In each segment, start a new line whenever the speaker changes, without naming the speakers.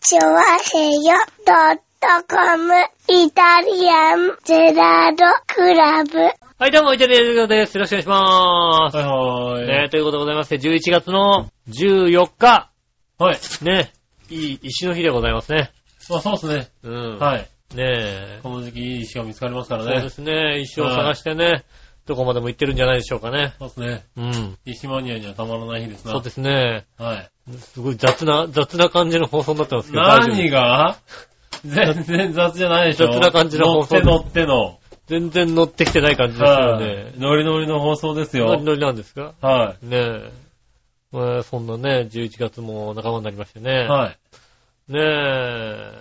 チョワヘヨドットコムイタリアンゼラードクラブ。
はい、どうも、イタリアンジェラードです。よろしくお願いしまーす。
はーい。
ね、ということでございまして、11月の14日、
はい。
ね、いい石の日でございますね。
まあそうですね。
うん。
はい。
い。ねえ。
この時期いい石が見つかりますから
そう
ね
で。すね、石を探してね、どこまでも行ってるんじゃないでしょうかね。
そうですね。
うん。
石マニアにはたまらない日ですな。
そうですね。
す。はい。
すごい雑な、雑な感じの放送になってますけど、大丈
何
夫
が全然雑じゃないでしょ。
雑な感じの放送
乗って乗っての。
全然乗ってきてない感じですよね
はい。。ノリノリの放送です
ノリ
よ。
ノリなんですか
は
ねえ。まあそんなね、11月も仲間になりまして
い。
ね。
はい。
ねえ。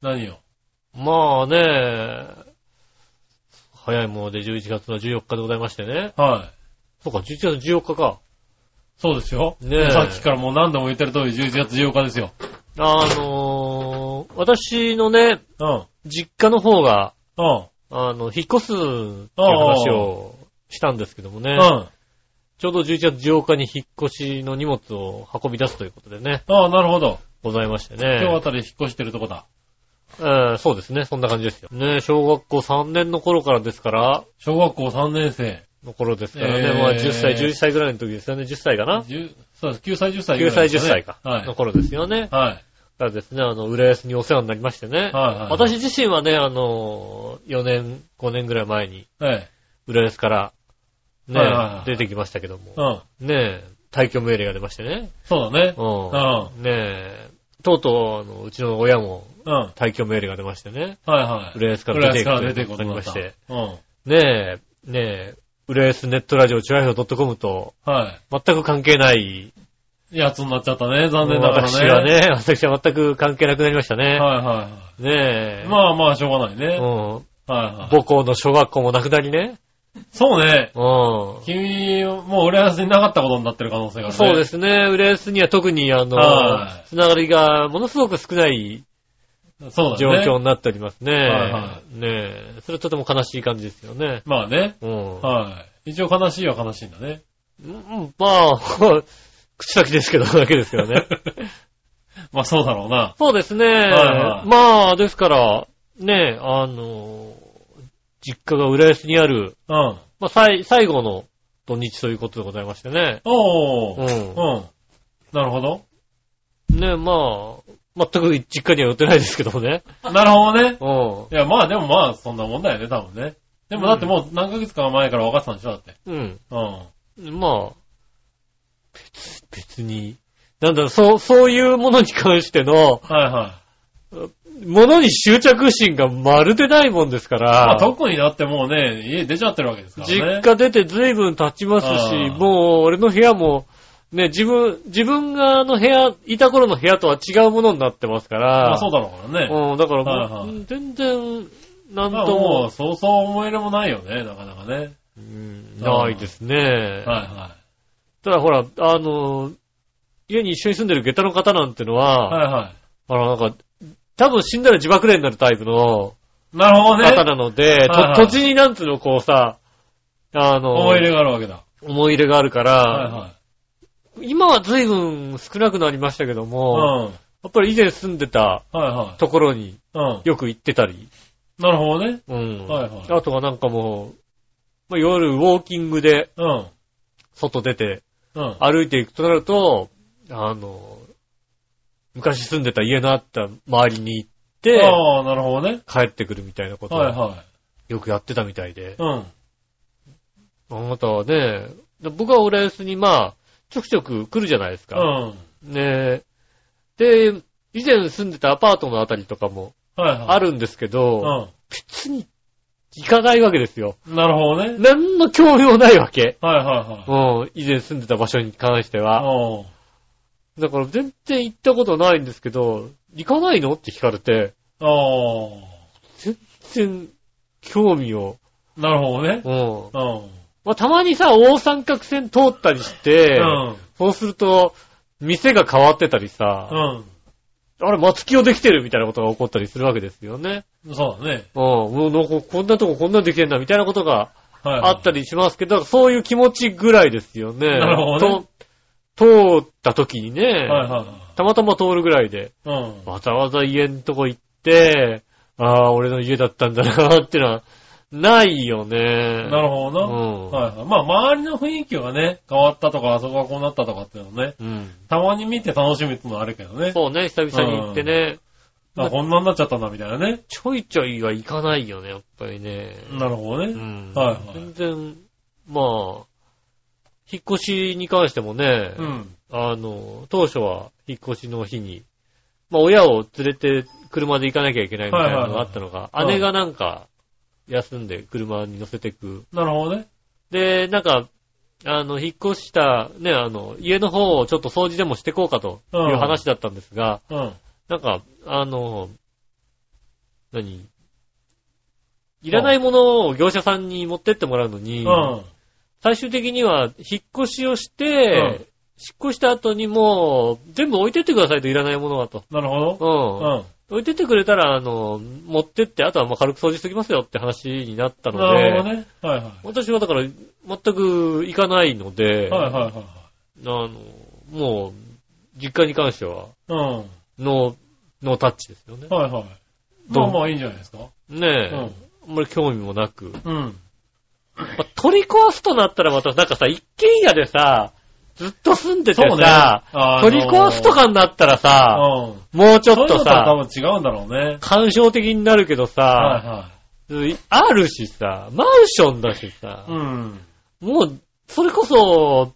何よ。
まあね、早いもので11月の14日でございましてね。
はい。
そうか、11月の14日か。
そうですよ。
ねえ
さっきからもう何度も言ってる通り11月14日ですよ。
あのー、私のね、
うん。
実家の方が、
うん。
あの、引っ越すっていう話をしたんですけども
う
ね
ん。。あ
ちょうど11月14日に引っ越しの荷物を運び出すということでね、
あ、なるほど。
ございまして
今日あ
ね。
たり引っ越してるとこだ。
えーそうですね、そんな感じですよ。ね、小学校3年の頃からですから、
小学校3年生。
の頃ですからね、
えー
まあ10歳、11歳ぐらいの時ですよね、10歳かな。
10そうです。9歳、10歳ぐ
9
ら
歳、
いで
10
すね。
歳か。
はい
の。頃ですよね。
はい。
からですね、あの、浦安にお世話になりましてね。
はいはい
私自身はね、あの、4年、5年ぐらい前に、
ええ。
浦安から、ね、
はいはいはい
出てきましたけども、
うん。
ねえ、退去命令が出ましてね。
そうだね。
うん。ねえ、とうとう、あの、うちの親も
うん。はい
退去命令が出ましてね。
はい。
浦安か
浦
ら出ていく
安から
とい
出
う
ていく
こ
ことと
に
に
なりま
なっ。
したて。
う
ねえ、
ん。
ねえ、浦安ネットラジオ、チュアヘオ .com と、
は
全く関係ない、
い。やつになっちゃったね。残念ながらね。
私は。ね、私は全く関係なくなりましたね。
はいは
ね
い。
え。
まあまあ、しょうがないね。
うん。
はいはい。
母校の小学校もなくなりね。
そうね。
うん。
君、もう浦安になかったことになってる可能性があるね。
そうですね。浦安には特に、あの
は、い
つながりがものすごく少ない
す。そう
状
だね。
況になっておりますね。
はいは
ねえ。それはとても悲しい感じですよね。
まあね。
うん。
はい。一応悲しいは悲しいんだね。
うんまあ、 口先ですけど、だけですよ ね。
まあそうだろうな。
そうですね。
はい
まあ、ですから、ねえ、あの、実家が浦安にある、
うん。
まあ、最最後の土日ということでございましてね。
お
う
ー。
ん
う。ん。なるほど。
ね、まあ、全く実家には寄ってないですけどもね。
なるほどね。
う
いや、まあでもまあ、そんなもんだよね、多分ね。でもだってもう何ヶ月か前から分かってたんでしょ、だって。
ん。
うん。
うん。まあ、別、別に、なんだろう、そう、そういうものに関しての、
はいはい。
ものに執着心がまるでないもんですか
まあ、
ら、
特にだってもうね、家出ちゃってるわけですからね。
実家出て随分経ちますし
あ、あ
もう俺の部屋も、ね、自分、自分があの部屋、いた頃の部屋とは違うものになってますから、
まあそうだろうからね。
うん、だからもう、
はいはい
全然、なん
まあ
と
も
も
う、、そうそう思い入れもないよね、なかなかね。
うんないですね。
はいは
ただほら、あの、家に一緒に住んでる下駄の方なんてのは、
い。はいは
あの、なんか、多分死んだら自爆霊になるタイプの
い。なるほど
方な
ね。
ので、と
はいはい
土地になんつうの、こうさ、あの、
思い入れがあるわけだ。
思い入れがあるから、
はいは
今は随分少なくなりましたけど
い。うん。
も、やっぱり以前住んでた
はいは
ところに
い。うん。
よく行ってたり、
なるほどね。
うん。
はいはい
あとはなんかもう、まあ夜ウォーキングで
うん。
外出て、
うん。
歩いていくとなると、あの、昔住んでた家のあった周りに行って、
ああ、なるほどね。
帰ってくるみたいなこと
はい
を
は
よくやってたみたいで
い。、うん。
あなたはね、僕は浦安にまあ、ちょくちょく来るじゃないです
う
か。
ん。
ねえで、以前住んでたアパートのあたりとかも
はいはい。
あ
る。
るんですけど、
う
別に行かないわけですよ。
ん。なるほどね。
何の教養ないわけ。
はいはいは
うん、以前住んでた場所に関しては。
い。うん。
だから全然行ったことないんですけど、行かないのって聞かれて、
あ
全然興味を。
あ、なるほどね。
うん。
うん。
まあ、たまにさ、大三角線通ったりして、
うん。
そうすると、店が変わってたり
う
さ、あれ、松木をできてるみたいなことが起こったりするわけですよね。
ん。そうだね。
うん。もうなんかこんなとここんなんできてんだみたいなことが
はいはい。
あったりしますけど、そういう気持ちぐらいですよね。
なるほどね
と通った時にね、
はいはいはい。
たまたま通るぐらいで、
うん。
わざわざ家のとこ行って、ああ、俺の家だったんだなってのは、ないよね。
なるほどな。
うん
はいはい。まあ、周りの雰囲気がね、変わったとか、あそこがこうなったとかっていうのね、
うん。
たまに見て楽しむってのはあるけどね。
そうね、久々に行ってね、
あ、こんなになっちゃったんだ、みたいなね。
ちょいちょいは行かないよね、やっぱりね。
なるほど
う
ね。
ん
はいはい
全然、まあ、引っ越しに関してもね、
うん。
あの、当初は引っ越しの日に、まあ親を連れて車で行かなきゃいけないみたいなのがあったのが、
はいはいはい
姉がなんか休んで車に乗せてく。
なるほどね。
で、なんか、あの、引っ越した、ね、あの、家の方をちょっと掃除でもしてこうかとい
うん
う話だったんですが、
うん。
なんか、あの、何いらないものを業者さんに持ってってもらうのに、
うん。
最終的には引っ越しをして、
うん
引っ越した後にもう全部置いてってくださいといらないものはと。
なるほど。
う
う
ん。
ん。
置いてってくれたら、あの、持ってって、あとはもう軽く掃除しときますよって話になったので、
なるほどね。はいは
私はだから全く行かないので、
い。はいはいはい
あの、もう、実家に関しては、
はい。
ノー、ノータッチですよね
うん。。はいはい。ま
ど
あ
う
まあいいんじゃないですか。
ねえ、
うん
あんまり興味もなく。
うん。
まあ取り壊すとなったらまた、なんかさ、一軒家でさ、ずっと住んでて
そうね
さ、
あのー
取り壊すとかになったら
う
さ、
ん。
もうち
ち
ょっと
多
さ、
分違うんだろうね。
干渉的になるけど
はい
さ、
は
あるしさ、マンションだしさ
い。、うん。
もう、それこそ、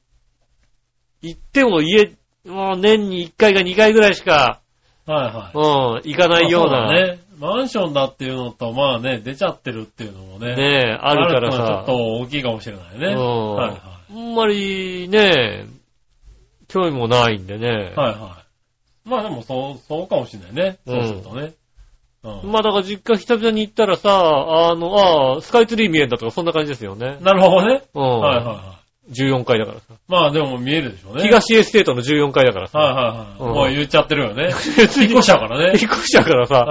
行っても家、もう年に1回か2回ぐらいしか、
はいはい。
うん、行かないような、
まあ
ね
そうだね。マンションだっていうのと、まあね、出ちゃってるっていうのもね。
え、あるからさ
あるのはちょっ、と大きいかもしれないね。
うん
はいは
あんまりね、興味もないんでね
い。。はいはい。まあでも、そう、そうかもしれないね。
う
そ
ん
うするとね。うん。
まあだから実家久々に行ったらさ、あの、ああ、スカイツリー見えんだとかそんな感じですよね。
なるほどね。
うん。
はいはいは
14階だからさ。
い。まあでも見えるでしょうね。
東エステートの14階だからさ。
はい はいはい。
うん
もう言っちゃってる よね。
別に
引っ越しだからね。
引っ越しだからさ。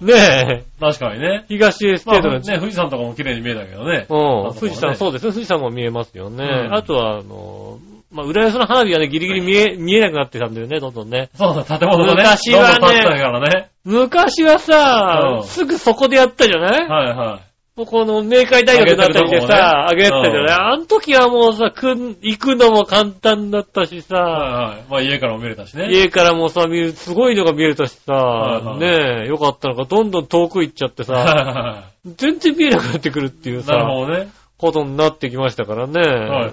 う
ねえ、
ん。確かにね。
東エステ
ま
ー
あ
トの、
ね、富士山とかも綺麗に見えたけどね。
うん、
あそこはね
富士山、そうですね。富士山も見えますよね。
うん
あとは、あの、まあ、浦安の花火がね、ギリギリ見え、見えなくなってたんだよね、どんどんね。
そうだ、建物がね。
昔はね
どんどん建ってたからね。
昔はさ、
うん
すぐそこでやったじゃない
はいはい。
もうこの明海大学だったりでさ、あげ
上げ
て
て
た
るとこもね
じゃない、あの時はもうさ、くん、行くのも簡単だったしさ、
はいはい。まあ家からも見れたしね。
家からもさ、見る、すごいのが見えたしさ、
はいはい
ねえ、よかったのか、どんどん遠く行っちゃって
はい
さ、
はいは
全然見えなくなってくるっていう
い。なる
さ、
ほどね。
ことになってきましたからね。
はいは
ね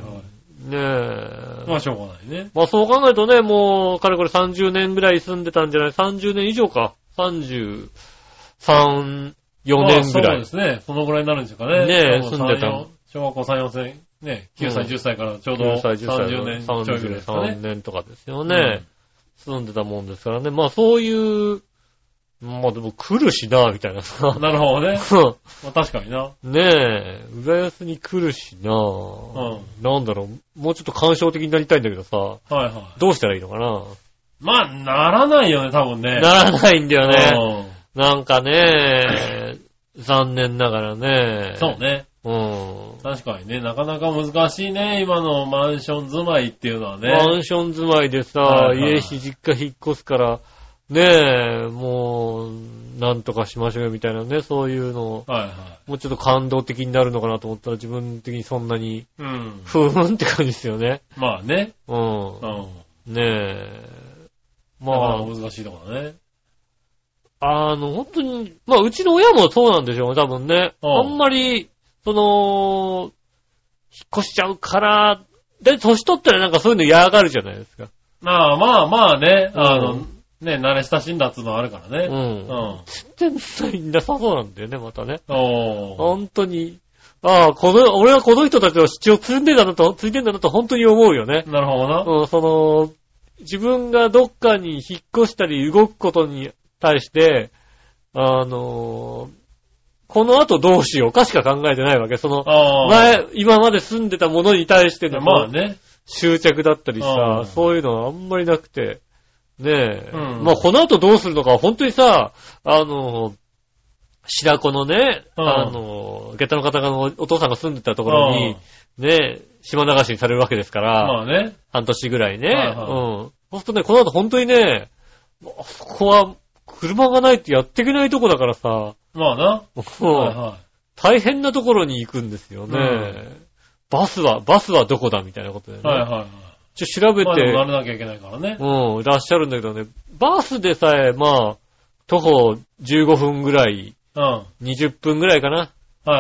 え
い。。まあしょうがないね。
まあそう考えるとね、もう、かれこれ30年ぐらい住んでたんじゃない ?30 年以上か。33、4年ぐら
まあ
い。
そうですね。そのぐらいになるんでしょうかね。
ねえ
小学校
住んでた
3 4小学校3、4歳、ね、9歳、
うん
10歳からちょうど
9歳、10歳
30年ちょいぐらいですか
33
ね。
年とかですよね、住んでたもんですからね。まあそういう、まあでも来るしな、みたいな さ。
なるほどね。
そう
まあ確かにな。
ねえ、浦安に来るしな、なんだろう、もうちょっと干渉的になりたいんだけどさ、
はいはい。
どうしたらいいのかな、
まあ、ならないよね、多分ね。
ならないんだよね。
ね。
なんかね、残念ながらね。
そうね。
うん。
確かにね、なかなか難しいね、今のマンション住まいっていうのは
マ
ね。
ンション住まいでさ、
はいはい
家し実家引っ越すから、ねえ、もう、なんとかしましょうよみたいなね、そういうの、
はいは
もうちょっと感動的になるのかなと思ったら自分的にそんなに、
い。うん。
ふーんって感じですよね。
まあね。
う。
うんん。
ねえ。
ま
ま
あ、難しいとこだね。
あ、あの、本当に、まあ、うちの親もそうなんでしょうね、多分ね。
うん
あんまり、その、引っ越しちゃうから、で、年取ったらなんかそういうの嫌がるじゃないですか。
まあまあまあね、あ
う
の
ん、
ね、慣れ親しんだっつうのはあるから
う。
ね。うんん。
全然なさそうなんだよね、またね。
おー。
本当に。ああ、この、俺はこの人たちを血をつんでんだなと、ついてんだなと本当に思うよね。
なるほどな。
うん、その、自分がどっかに引っ越したり動くことに対して、あのこの後どうしようかしか考えてないわけ。その、
ああ。
前、今まで住んでたものに対しての、
まあね。
執着だったり
う
さ
ん、
そういうのはあんまりなくて、ねえ、
うん
まあこの後どうするのか、本当にさ、あの、白子のね、
うん
あの、下駄の方がおお父さんが住んでたところに、ねえ、島流しにされるわけですから、
まあね。
半年ぐらいね、
はいは
うん。
い
そうするとね、この後本当にね、あそこは、車がないってやっていけないとこだからさ、
まあな。
もう
はいは
大変なところに行くんですよね。
うん
バスは、バスはどこだみたいなことでね。
い。はいはいはい。
ちょ調べて、
まあでも慣れなきゃいけないからね。
うん、いらっしゃるんだけどね、バスでさえ、まあ、徒歩15分ぐらい、
うん。はい
20分ぐらいかな。
はい。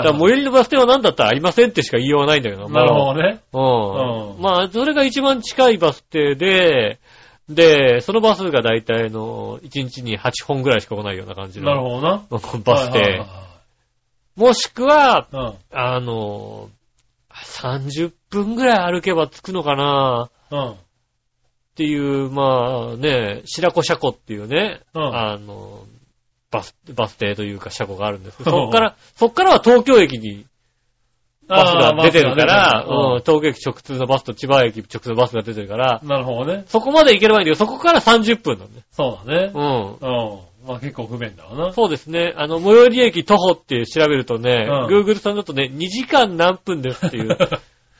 だから最寄りのバス停は何だったらありませんってしか言いようがないんだけど。
なるほどね。
ど。う。
うんん
まあ、それが一番近いバス停で、で、そのバスが大体の、1日に8本ぐらいしか来ないような感じの。
なるほどな。
バス
はいはい
停
は。
もしくは、
いはい
あの、30分ぐらい歩けば着くのかな
うん。うん。
っていう、まあね、白子車庫っていうね、
うん
あの、バス、バス停というか車庫があるんですけど、そっから、そっからは東京駅にバス
あー
が出てるから、うん
バスが出てる
東京駅直通のバスと千葉駅直通のバスが出てるから
う、んなるほどね。
そこまで行ければいいんだけど、そこから30分なんだ
そうだね。
よ。
うん。まあ結構不便だわ
う。。
なん
そうですね。あの、最寄り駅徒歩って調べるとね、
うん
Google さんだとね、2時間何分ですっていう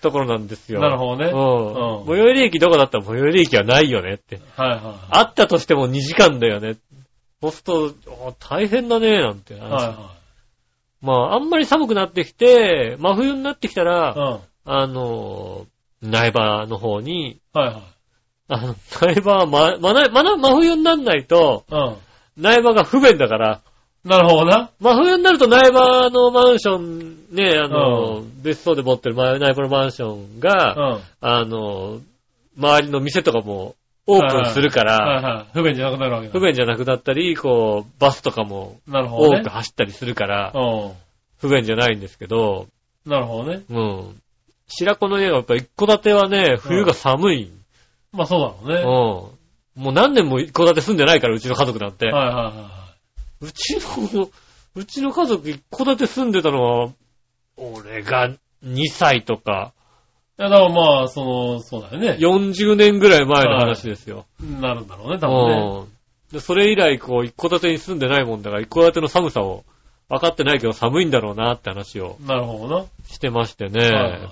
ところなんですよ。
なるほどね。は
うん。
うん
最寄り駅どこだったら最寄り駅はないよねって。
いは
あったとしても2時間だよね。そうすると、あ大変だね、なんて
い。
話
はいは
まあ、あんまり寒くなってきて、真冬になってきた
い。う
ら、
ん。
あの、苗場の方に、
はいはい。
あの、苗場はま、まな、まな、真冬になんないと、
うん。
苗場が不便だから、
なるほどな。
真冬になると苗場のマンション、ね、あの、別荘で持ってる苗苗場のマンションが、
うん。
あの、周りの店とかもオープンするから、
はいはい。不便じゃなくなるわけだ。
不便じゃなくなったり、こう、バスとかも
なるほ
多
ど
く
ね。
走ったりするから、
う
不便じゃないんですけど、
ん。なるほどね。
うん。白子の家がやっぱ一戸建てはね、冬が寒い。
まあそうだろうね。
うん。
は
もう何年も一戸建て住んでないから、うちの家族なんて。
いはいは
うちの、うちの家族一戸建て住んでたのは、俺が2歳とか、
い。いやだからまあ、その、そうだよね。
40年ぐらい前の話ですよ。
なるんだろうね、多分ね。
うん。で、それ以来、こう、一戸建てに住んでないもんだから、一戸建ての寒さを分かってないけど寒いんだろうなって話を
なるほど
してまして
な。
ね。
はいはい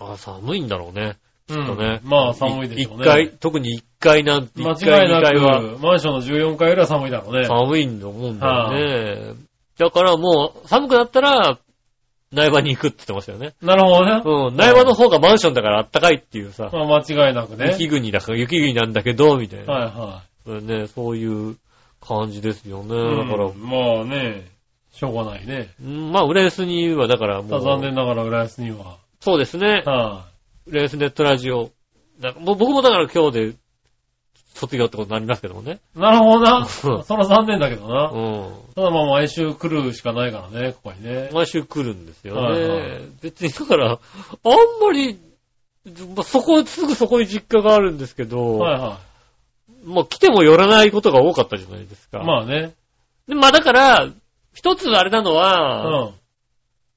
あ寒いんだろうね。
う
きっとね
ん。まあ寒いでしょうね。
1階、特に1階なんて、
間
1階、
違い
2
な
階は
く、マンションの14階よりは寒いだろうね。
寒いんだと思うんだよね。だからもう、寒くなったら、苗場に行くって言ってましたよね。
なるほどね。
うん、苗場の方がマンションだからあったかいっていうさ、
まあ間違いなくね。
雪国だから、雪国なんだけど、みたいな。
はいは
それね、そういう感じですよね。
い。
だから
うん、まあね、しょうがないね。
うんまあ、浦安には、だからも
た
う、
だ残念ながら浦安には。
そうですね。
は
浦安ネットラジオ。なんかもう僕もだから今日で、卒業ってことになりますけどもね。
い。なるほどな。
うん
そら残念だけどな。
うん。
ただまあ毎週来るしかないからね、ここにね。
毎週来るんですよね。
はいはい
別に、だから、あんまり、まあそこ、すぐそこに実家があるんですけど、
はいは
まあ来ても寄らないことが多かったじゃないですか。
い。まあね。
でまあだから、一つあれなの
う
は、
ん。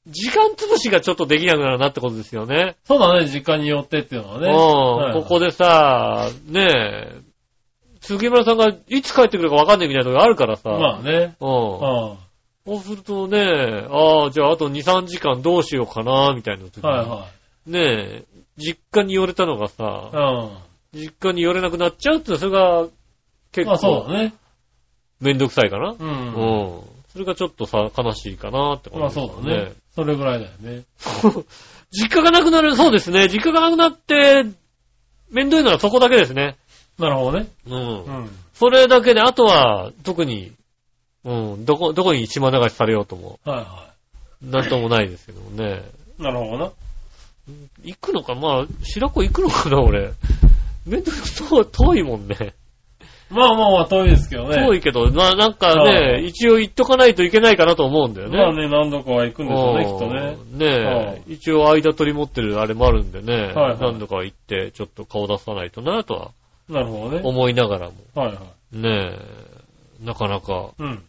時間潰しがちょっとできなくなるなってことですよね。
そうだね、実家に寄ってっていうのはね。
うん、
はいはい
ここでさ、ねえ、杉村さんがいつ帰ってくるかわかんないみたいなとこがあるからさ、
まあね。
うん。
うん。
そうするとね、ああ、じゃああと2、3時間どうしようかな、みたいな時に
はいは
ねえ、実家に寄れたのが
い。
さ、
う
実家に寄れなくなっちゃうってのはそれが
ん。
結
まあそう
構
だね。
めんどくさいかな。
う。
うんん。それがちょっとさ、悲しいかなって
ま
感
あ
じ
そ
です
うだね。それぐらいだよね。
ね。 実家がなくなる、そうですね。実家がなくなって、面倒いのはそこだけですね。
なるほどね。
うん
う。ん。
それだけで、あとは、特に、うん、どこ、どこに島流しされようとも、
はいは
なんともないですけどもね。
い。なるほどな。
行くのか、まあ、白子行くのかな、俺。めんどくさそう、遠いもんね。
まあまあまあ遠いですけどね。
遠いけど、まあなんか
は
ね、一応言っとかないといけないかなと思うんだよね。
まあね、何度かは行く
うんん、
でしょうね、きっとね。
ねえ、一応間取り持ってるあれもあるんでね、
はいはい
何度か行ってちょっと顔出さないとなとは
なるほどね。
思いながらも、
はいはい。
ねえ、なかなか
うん。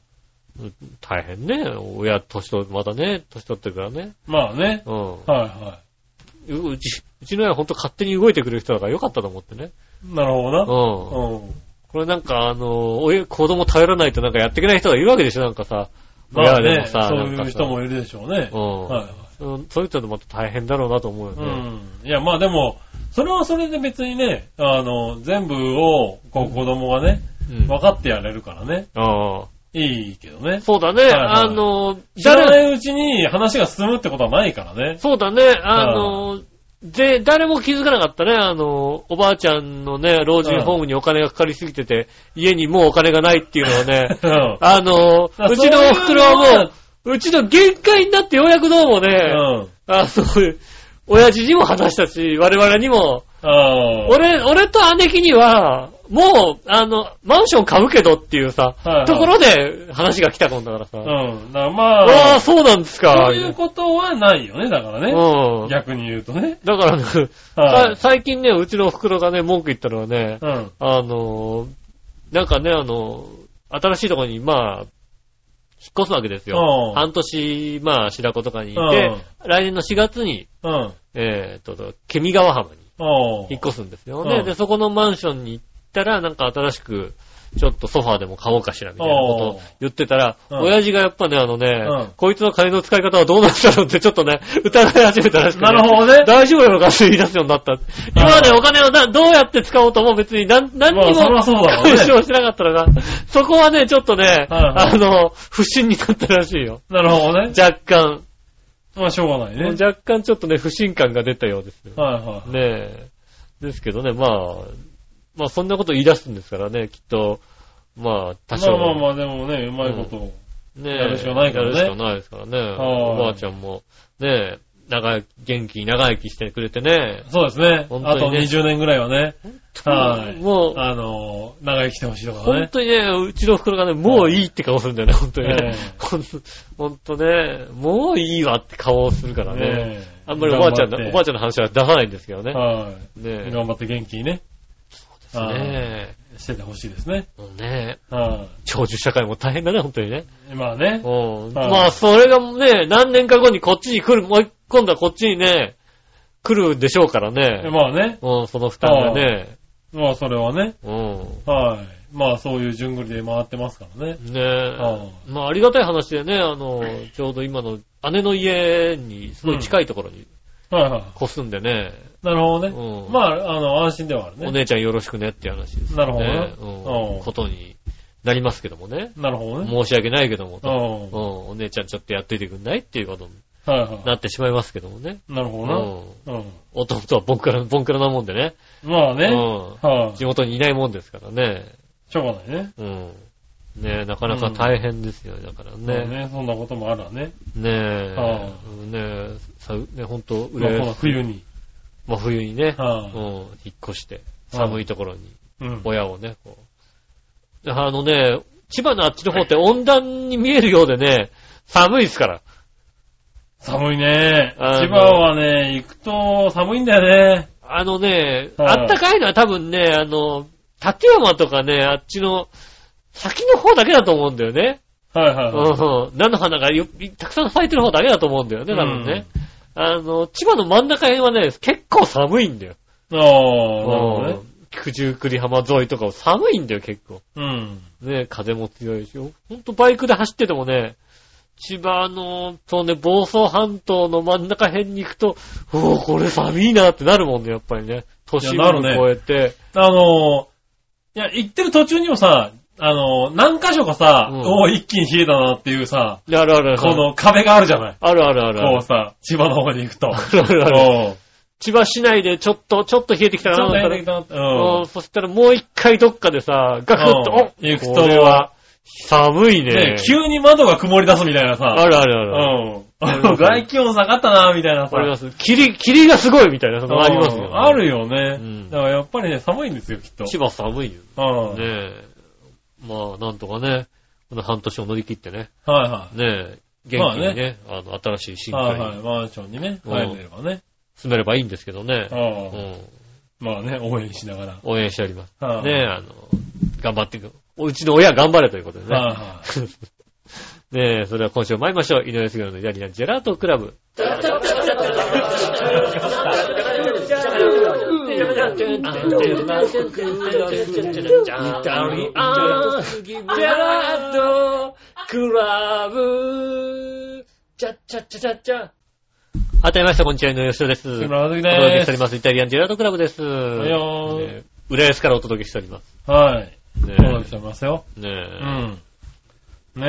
大変ね、親、年取、またね、年取ってるからね。
まあね。
うん。
はいは
ううち、うちの親ほんと勝手に動いてくれる人だからよかったと思ってね。
い。なるほ
うん
ど。な。うん。
これなんかあの、親子供頼らないとなんかやってくれない人がいるわけでしょ、なんかさ。
まあ
親で
ね、
も
そ
さ
う
なんか
いう
さ
人もいるでしょうね。
うん。
は
うんそういう人でまた大変だろうなと思うよ
いは
ね。
い。うん。いや、まあでも、それはそれで別にね、あの、全部を、こう子供がね、
うん
分かってやれるからね。
あ
いいけど
あ。
ね。
そうだね。
はいはい
あの、
知ら
誰、
ないうちに話が進むってことはないからね。、
そうだね。あの、で、誰も気づかなかったね。あの、おばあちゃんのね、老人ホームにお金がかかりすぎてて、家にもうお金がないっていうのはね
うん
あの、
だから
うちのお袋
そういうの
はも
は
う、うちの限界になってようやくどうもね、
うん。
あの、親父にも話したし、我々にも、
ああ。
俺、俺と姉貴には、もう、あの、マンション買うけどっていうさ、
はいはい
ところで話が来たもんだからさ。う
うん。だからま
わあ、
あ、
そうなんですか。
そういうことはないよね、だからね。
うん。
逆に言うとね。
だからね、
は
さ
い
最近ね、うちのお袋がね、文句言ったのはね、
うん。
あのー、なんかね、あのー、新しいとこに、まあ、引っ越すわけです
う
よ
ん。
半年、まあ、白子とかにいうて、来年の4月に、
うん。
えーっと、ケミ川浜に
お
引っ
ー
越すんですよ
う
ね。
ん
で、そこのマンションに行ったら、なんか新しく、ちょっとソファーでも買おうかしら、みたいなことを言ってたら、
うん
親父がやっぱね、あのね、
うん
こいつの金の使い方はどうなったのってちょっとね、疑い始めたらしくて、
なるほどね。
大丈夫なのかって言い出すようになった。今までお金をなどうやって使おうとも別に何何に
まあそり
も
ゃそうだろうね
干渉してなかったのが、そこはね、ちょっとね、
はいはい
あの、不審になったらしいよ。
なるほどね。
若干。
まあ、しょうがないね。はい
若干ちょっとね、不信感が出たようですよ。
はい。
ねえ。ですけどね、まあ、まあそんなこと言い出すんですからね、きっと、まあ多少。
まあまあまあ、でもね、うまいことを。
ねえ。
やるしかないからね
やるしかないですからね。
い
おばあちゃんも、ねえ、長い、元気に長生きしてくれてね。
そうですね。
本当
あ
に
と
ね
20年ぐらいはね。はい
もう、
あの、長生きしてほしいとか
本
ね。
当にね、うちの袋がね、もういいって顔するんだよね、本当にね
え。
ほんとほんとね、もういいわって顔をするからね。
ねえ
あんまりおばあちゃんの、おばあ
ち
ちゃんの話は出さないんですけどね。
は
ね
い。
ね
頑張って元気にね。は
え。
いしててほしいですね。
もうね
は
長寿社会も大変だね、本当にね。
い。まあね。
うん。
はい
まあ、それがね、何年か後にこっちに来る、もう一今度はこっちにね、来るでしょうからね。
まあね。
うん、その負担がね。
まあそれはね。
うん。
はい。まあそういう順繰りで回ってますからね。
ねえ。まあ、ありがたい話でね、あの、ちょうど今の姉の家に、すごい近いところに
はいはい。
越すんでね、
なるほど
う
ね。
ん
まあ、あの、安心ではある
お
ね。
姉ちゃんよろしくねって話です
なる
よ
ほど
ね
ね。
う
うんん
ことになりますけどもね。
なるほどね。
申し訳ないけども
う
と、
ん
うん。お姉ちゃんちょっとやっといてくんないっていうことに
はいは
なってしまいますけどもね。
い。なるほ
う
ど
ん。
な。うん。
弟はボンクラ、ボンクラなもんでね。
まあ
う
ね。
ん。
はい。
地元にいないもんですからね。
しょうがないね。
うん。ねえ、なかなか大変ですよ、だから
ね
ね。
ね。そんなこともあるわね。
ねえ
は。
ねえ、さ、ね、ほんと、う
まあこの
れ、
冬に。
真冬にね、うん
は、
引っ越して、寒いところに。
い。うん。
親をね、こう。あのね、千葉のあっちの方って温暖に見えるようでね、寒いですから。
寒いね。
あの
千葉はね、行くと寒いんだよね。
あのね、
はい
あったかいのは多分ね、あの、立山とかね、あっちの、先の方だけだと思うんだよね。
はいはいはい。
うん。菜の花がよたくさん咲いてる方だけだと思うんだよね、多分ね。あの、千葉の真ん中辺はね、結構寒いんだよ。
ああ、なるほどね。
九十九里浜沿いとか寒いんだよ、結構。
うん。
ね、風も強いし、ほんとバイクで走っててもね、千葉の、そうね、房総半島の真ん中辺に行くと、おーこれ寒いなってなるもんね、やっぱりね。都市
い
部
やなるね
を越えて、
あのー、いや、行ってる途中にもさ、あのー、何箇所かさ、
うん
おお一気に冷えたなっていうさ、
あるあるある。
この壁があるじゃない。
あるあるあるあ
こ
る
う。さ、千葉の方に行くと。
あるあるある
おう
千葉市内でちょっと、ちょっと冷えてき
ち
た
ょっ
な
と
だった
冷
ら
えてきたなって。う
うん
ん。
そしたらもう一回どっかでさ、ガクッと、
うん
お
行くと
これは、寒いね
ね。急に窓が曇り出すみたいな
あ
さ。
るあるあるある。
うん。外気温下がったな、みたいなさ。
あります。霧、霧がすごいみたいな、そのありますよね
うんあるよね。
うん
だからやっぱりね、寒いんですよ、きっと。
千葉寒いよ。
うん。
ねえ。まあ、なんとかね、この半年を乗り切ってね、
はいはい。
ねえ、元
まあ
気
ね
にね、あの、新しい新居
はいはい。
に
マンションにね、
うん
入れればね。
住めればいいんですけどね
う、。
うんん、
まあね、応援しながら。
応援しております。
はい
ねえ、あの、頑張っていく。うちの親頑張れということでね。
はいはい。
ねえ、それでは今週参りましょう。井上杉村のイタリアンジェラートクラブ。あたりました、こんにちは、井上吉田です。お
木
届
村和樹
けし
で
ており
す。
ます。イタリアンジェラートクラブです。
よー
ね浦安からお届けしております。
はい。
ね
届いてますよ。
え。ね
う
え。
ん。ね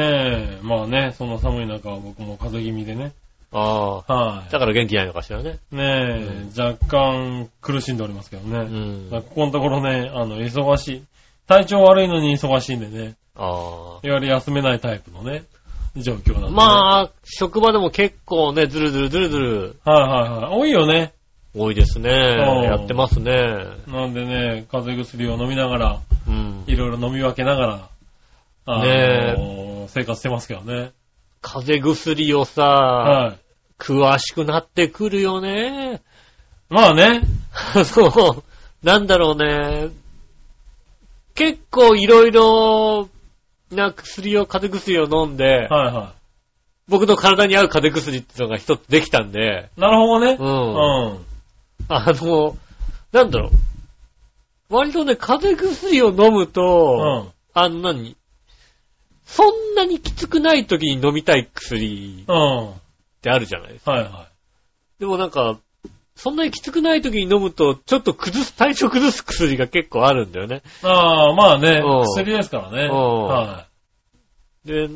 え、まあね、その寒い中は僕も風邪気味でね。
ああ。
は
だから元気ないのかしらね。
い。ねえ、若干苦しんでおりますけど
う
ね。
ん。
ここのところね、あの、忙しい。体調悪いのに忙しいんでね。
あ
いわゆる休めないタイプのね、状況なんで、
あ。
ね。
まあ、職場でも結構ね、ずるずるずるずる
あ。はいはいはい。多いよね。
多いですね。
ん
やってますね。
なんでね、風邪薬を飲みながら、
うん。
いろいろ飲み分けながら、あの
ね
生活してますけどね。
風邪薬をさ、
はい。
詳しくなってくるよね。
まあね。
そう。なんだろうね。結構いろいろな薬を、風邪薬を飲んで、
はいは
僕の体に合う風邪薬っていうのが一つできたんで、
い。なるほどね。
う。
うんん。
あの、なんだろう。割とね、風邪薬を飲む
う
と、
ん。
あの何そんなにきつくない時に飲みたい薬
うん。は
ってあるじゃないですか。
いは
でもなんか、そんなにきつくない時に飲むと、ちょっと崩す、体調崩す薬が結構あるんだよね。
い。ああ、まあね
うん。
薬ですからね。
ん
は
で、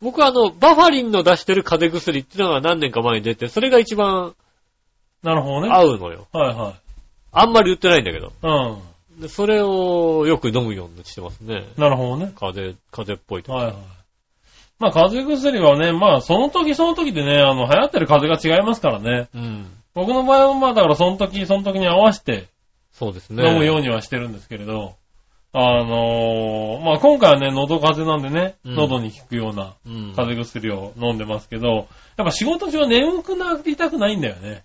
僕はあの、バファリンの出してる風邪薬っていうのが何年か前に出て、それが一番
い。なるほどね。は
合うのよ。
いはい。
あんまり売ってないんだけど。
うん。
でそれをよく飲むようにしてますね。
なるほどね。
風邪、風邪っぽいと。
はいはい。まあ、風邪薬はね、まあ、その時その時でね、あの、流行ってる風邪が違いますからね。
うん。
僕の場合は、まあ、だからその時、その時に合わせて
そうですね。
飲むようにはしてるんですけれど、あのーまあ、今回はね、喉風邪なんでね、
うん
喉に効くような
うん。
風邪薬を飲んでますけど、やっぱ仕事中は眠くなりたくないんだよね。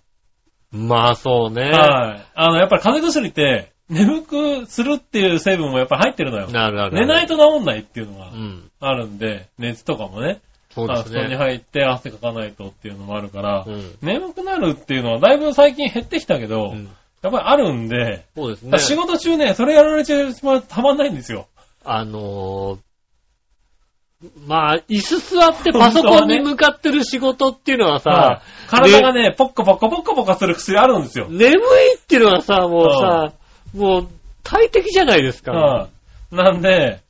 まあそうね。
はい。あの、やっぱり風邪薬って、眠くするっていう成分もやっぱり入ってるのよ。
なるなる。
寝ない
と。
と治んないっていうのが
うん。
あるんで、熱とかもね。
そうです
あ布団に
ね。
入って汗かかないとっていうのもあるから、
うん
眠くなるっていうのはだいぶ最近減ってきたけど、
うん。
やっぱりあるんで、
そうですね
だから。仕事中ね、それやられちゃうとたまんないんですよ。
あのー、まあ、椅子座ってパソコンに向かってる仕事っていうのはさ
は、い体がね、ポッコポッコポッコポッコする薬あるんですよ。
眠いっていうのはさ、もうさ、もう大敵じゃないですか。
はいなんで、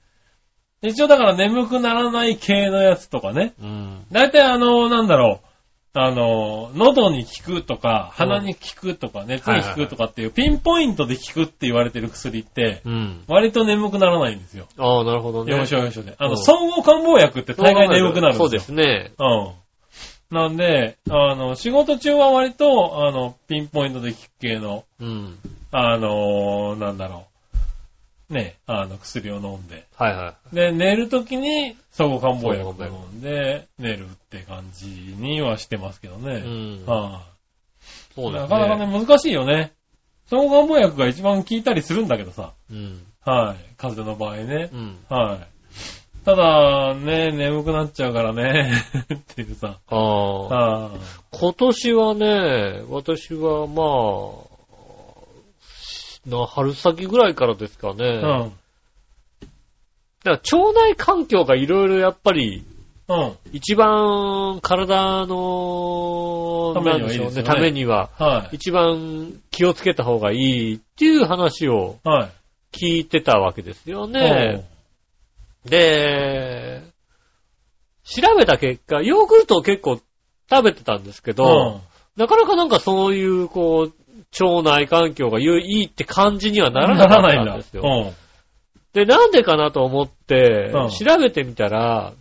一応だから眠くならない系のやつとかね。
うん。
だいたいあの、なんだろう。あの、喉に効くとか、鼻に効くとか、熱に効くとかっていう、ピンポイントで効くって言われてる薬って、
うん。
割と眠くならないんですよ。
ああ、なるほどね。
要所要所で。あ
う
の、
ん
総合感冒薬って大概眠くなるんですよ。
そうですね。
うん。なんで、あの、仕事中は割と、あの、ピンポイントで効く系の、
うん。
あのーなんだろう。ね、あの、薬を飲んで。
はいは
で、寝るときに、総合感冒薬を飲んで、寝るって感じにはしてますけど
い。う
ね。
ん。
は
そう
い
です
な
ね。
かなかね、難しいよね。総合感冒薬が一番効いたりするんだけどさ。
うん。
はい。風邪の場合ね。
うん。
はい。ただ、ね、眠くなっちゃうからね、 っていうさ。
ああ。
あ
今年はね、私はまあ、な春先ぐらいからですかね。
あ、
だから腸内環境がいろいろやっぱり、
うん。うん。
一番体の、
ためにはいい
なん
ですよね
でしょうためには、
は
一番気をつけた方がいいっていう話を
い。はい。
聞いてたわけですよね。で、調べた結果、ヨーグルトを結構食べてたんですけ
う
ど、なかなかなんかそういう、こう、腸内環境が良いいいって感じには
ん。
ならなか
なら
った
な
で
んいんだ
す。よ。で、なんでかなと思って
うん、
調べてみたら、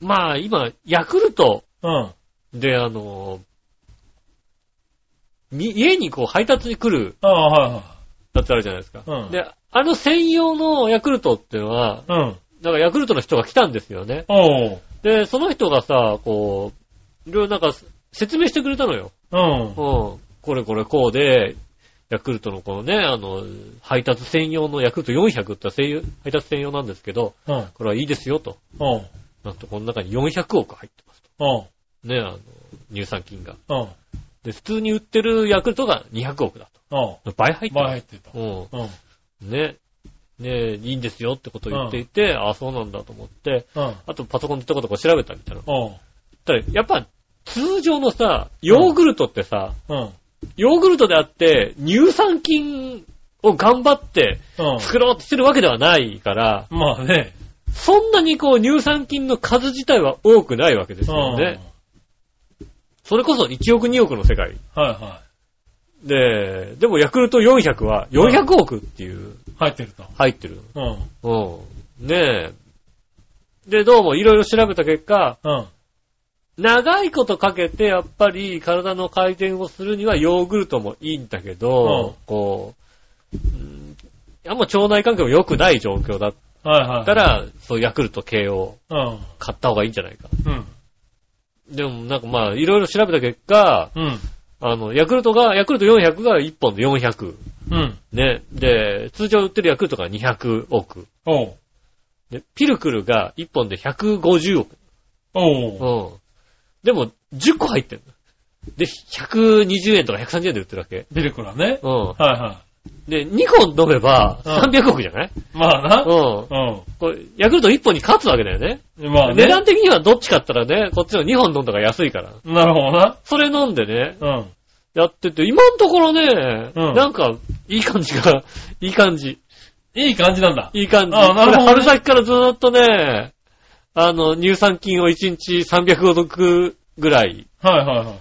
まあ今、ヤクルト
うん。うん。
で、あの、み家にこう配達に来る
ああ、はいはい。
だってあるじゃないですか。
うん
で、あの専用のヤクルトっていうのは、
うん。
なんかヤクルトの人が来たんですよね。
おう。
で、その人がさ、こう、いろいろなんか説明してくれたのよ。
うん
う。ん。これこれこうで、ヤクルトのこのね、あの、配達専用のヤクルト400って専用配達専用なんですけど、
うん。
これはいいですよと。
おう。
なんとこの中に400億入ってます
おう。
と。ね、あの、乳酸菌が。
おう。
で、普通に売ってるヤクルトが200億だ
おう。
と。倍入って
前
ま
入っ
す。
てた。
うん。
うん。
ね、ねいいんですよってことを言っていて、ああ、そうなんだと思って、
うん。
あとパソコンでとことこ調べたみたいな。
おう。
ただ、やっぱ、通常のさ、ヨーグルトってさ、
うん。
ヨーグルトであって、乳酸菌を頑張って
う
作ろうとしてるわけではないから、
ん。まあね。
そんなにこう乳酸菌の数自体は多くないわけです
うん。
よ
はい
ね。それこそ1億2億の世界。
は
で、でもヤクルト400は400億っていう、
い。入ってると。
入ってる。
うん。
うん。ねえ。で、どうもいろいろ調べた結果、
うん。
長いことかけてやっぱり体の回転をするにはヨーグルトもいいんだけど、
うん
こう、うんあんま腸内環境も良くない状況だっ
はいはい。
た、ら、そうヤクルト系を
うん。
買った方がいいんじゃないか。
うん。
でもなんかまあいろいろ調べた結果、
うん。
あの、ヤクルトが、ヤクルト400が1本で400。
うん。
ね。で、通常売ってるヤクルトが200億。
おう。
で、ピルクルが1本で150億。
おう。
うん。でも、10個入ってるで、120円とか130円で売ってるわけ。
ビルクラね。
うん。
はいは
で、2個飲めば、
うん
300億じゃない
い。まあ
う。。
なん
こ
う
れ、ヤクルト1本に勝つわけだよね。
ん。まあね。
値段的にはどっち買ったらね、こっちの2本飲んだから安いから。
なるほどな。
それ飲んでね、
うん。
やってて、今のところね、
うん
なんか、いい感じが、 いい感じ。
いい感じなんだ。
いい感じ。
あなるほどね
これ春先からずーっとね、あの、乳酸菌を1日300億ぐらい
はいはいはいはい。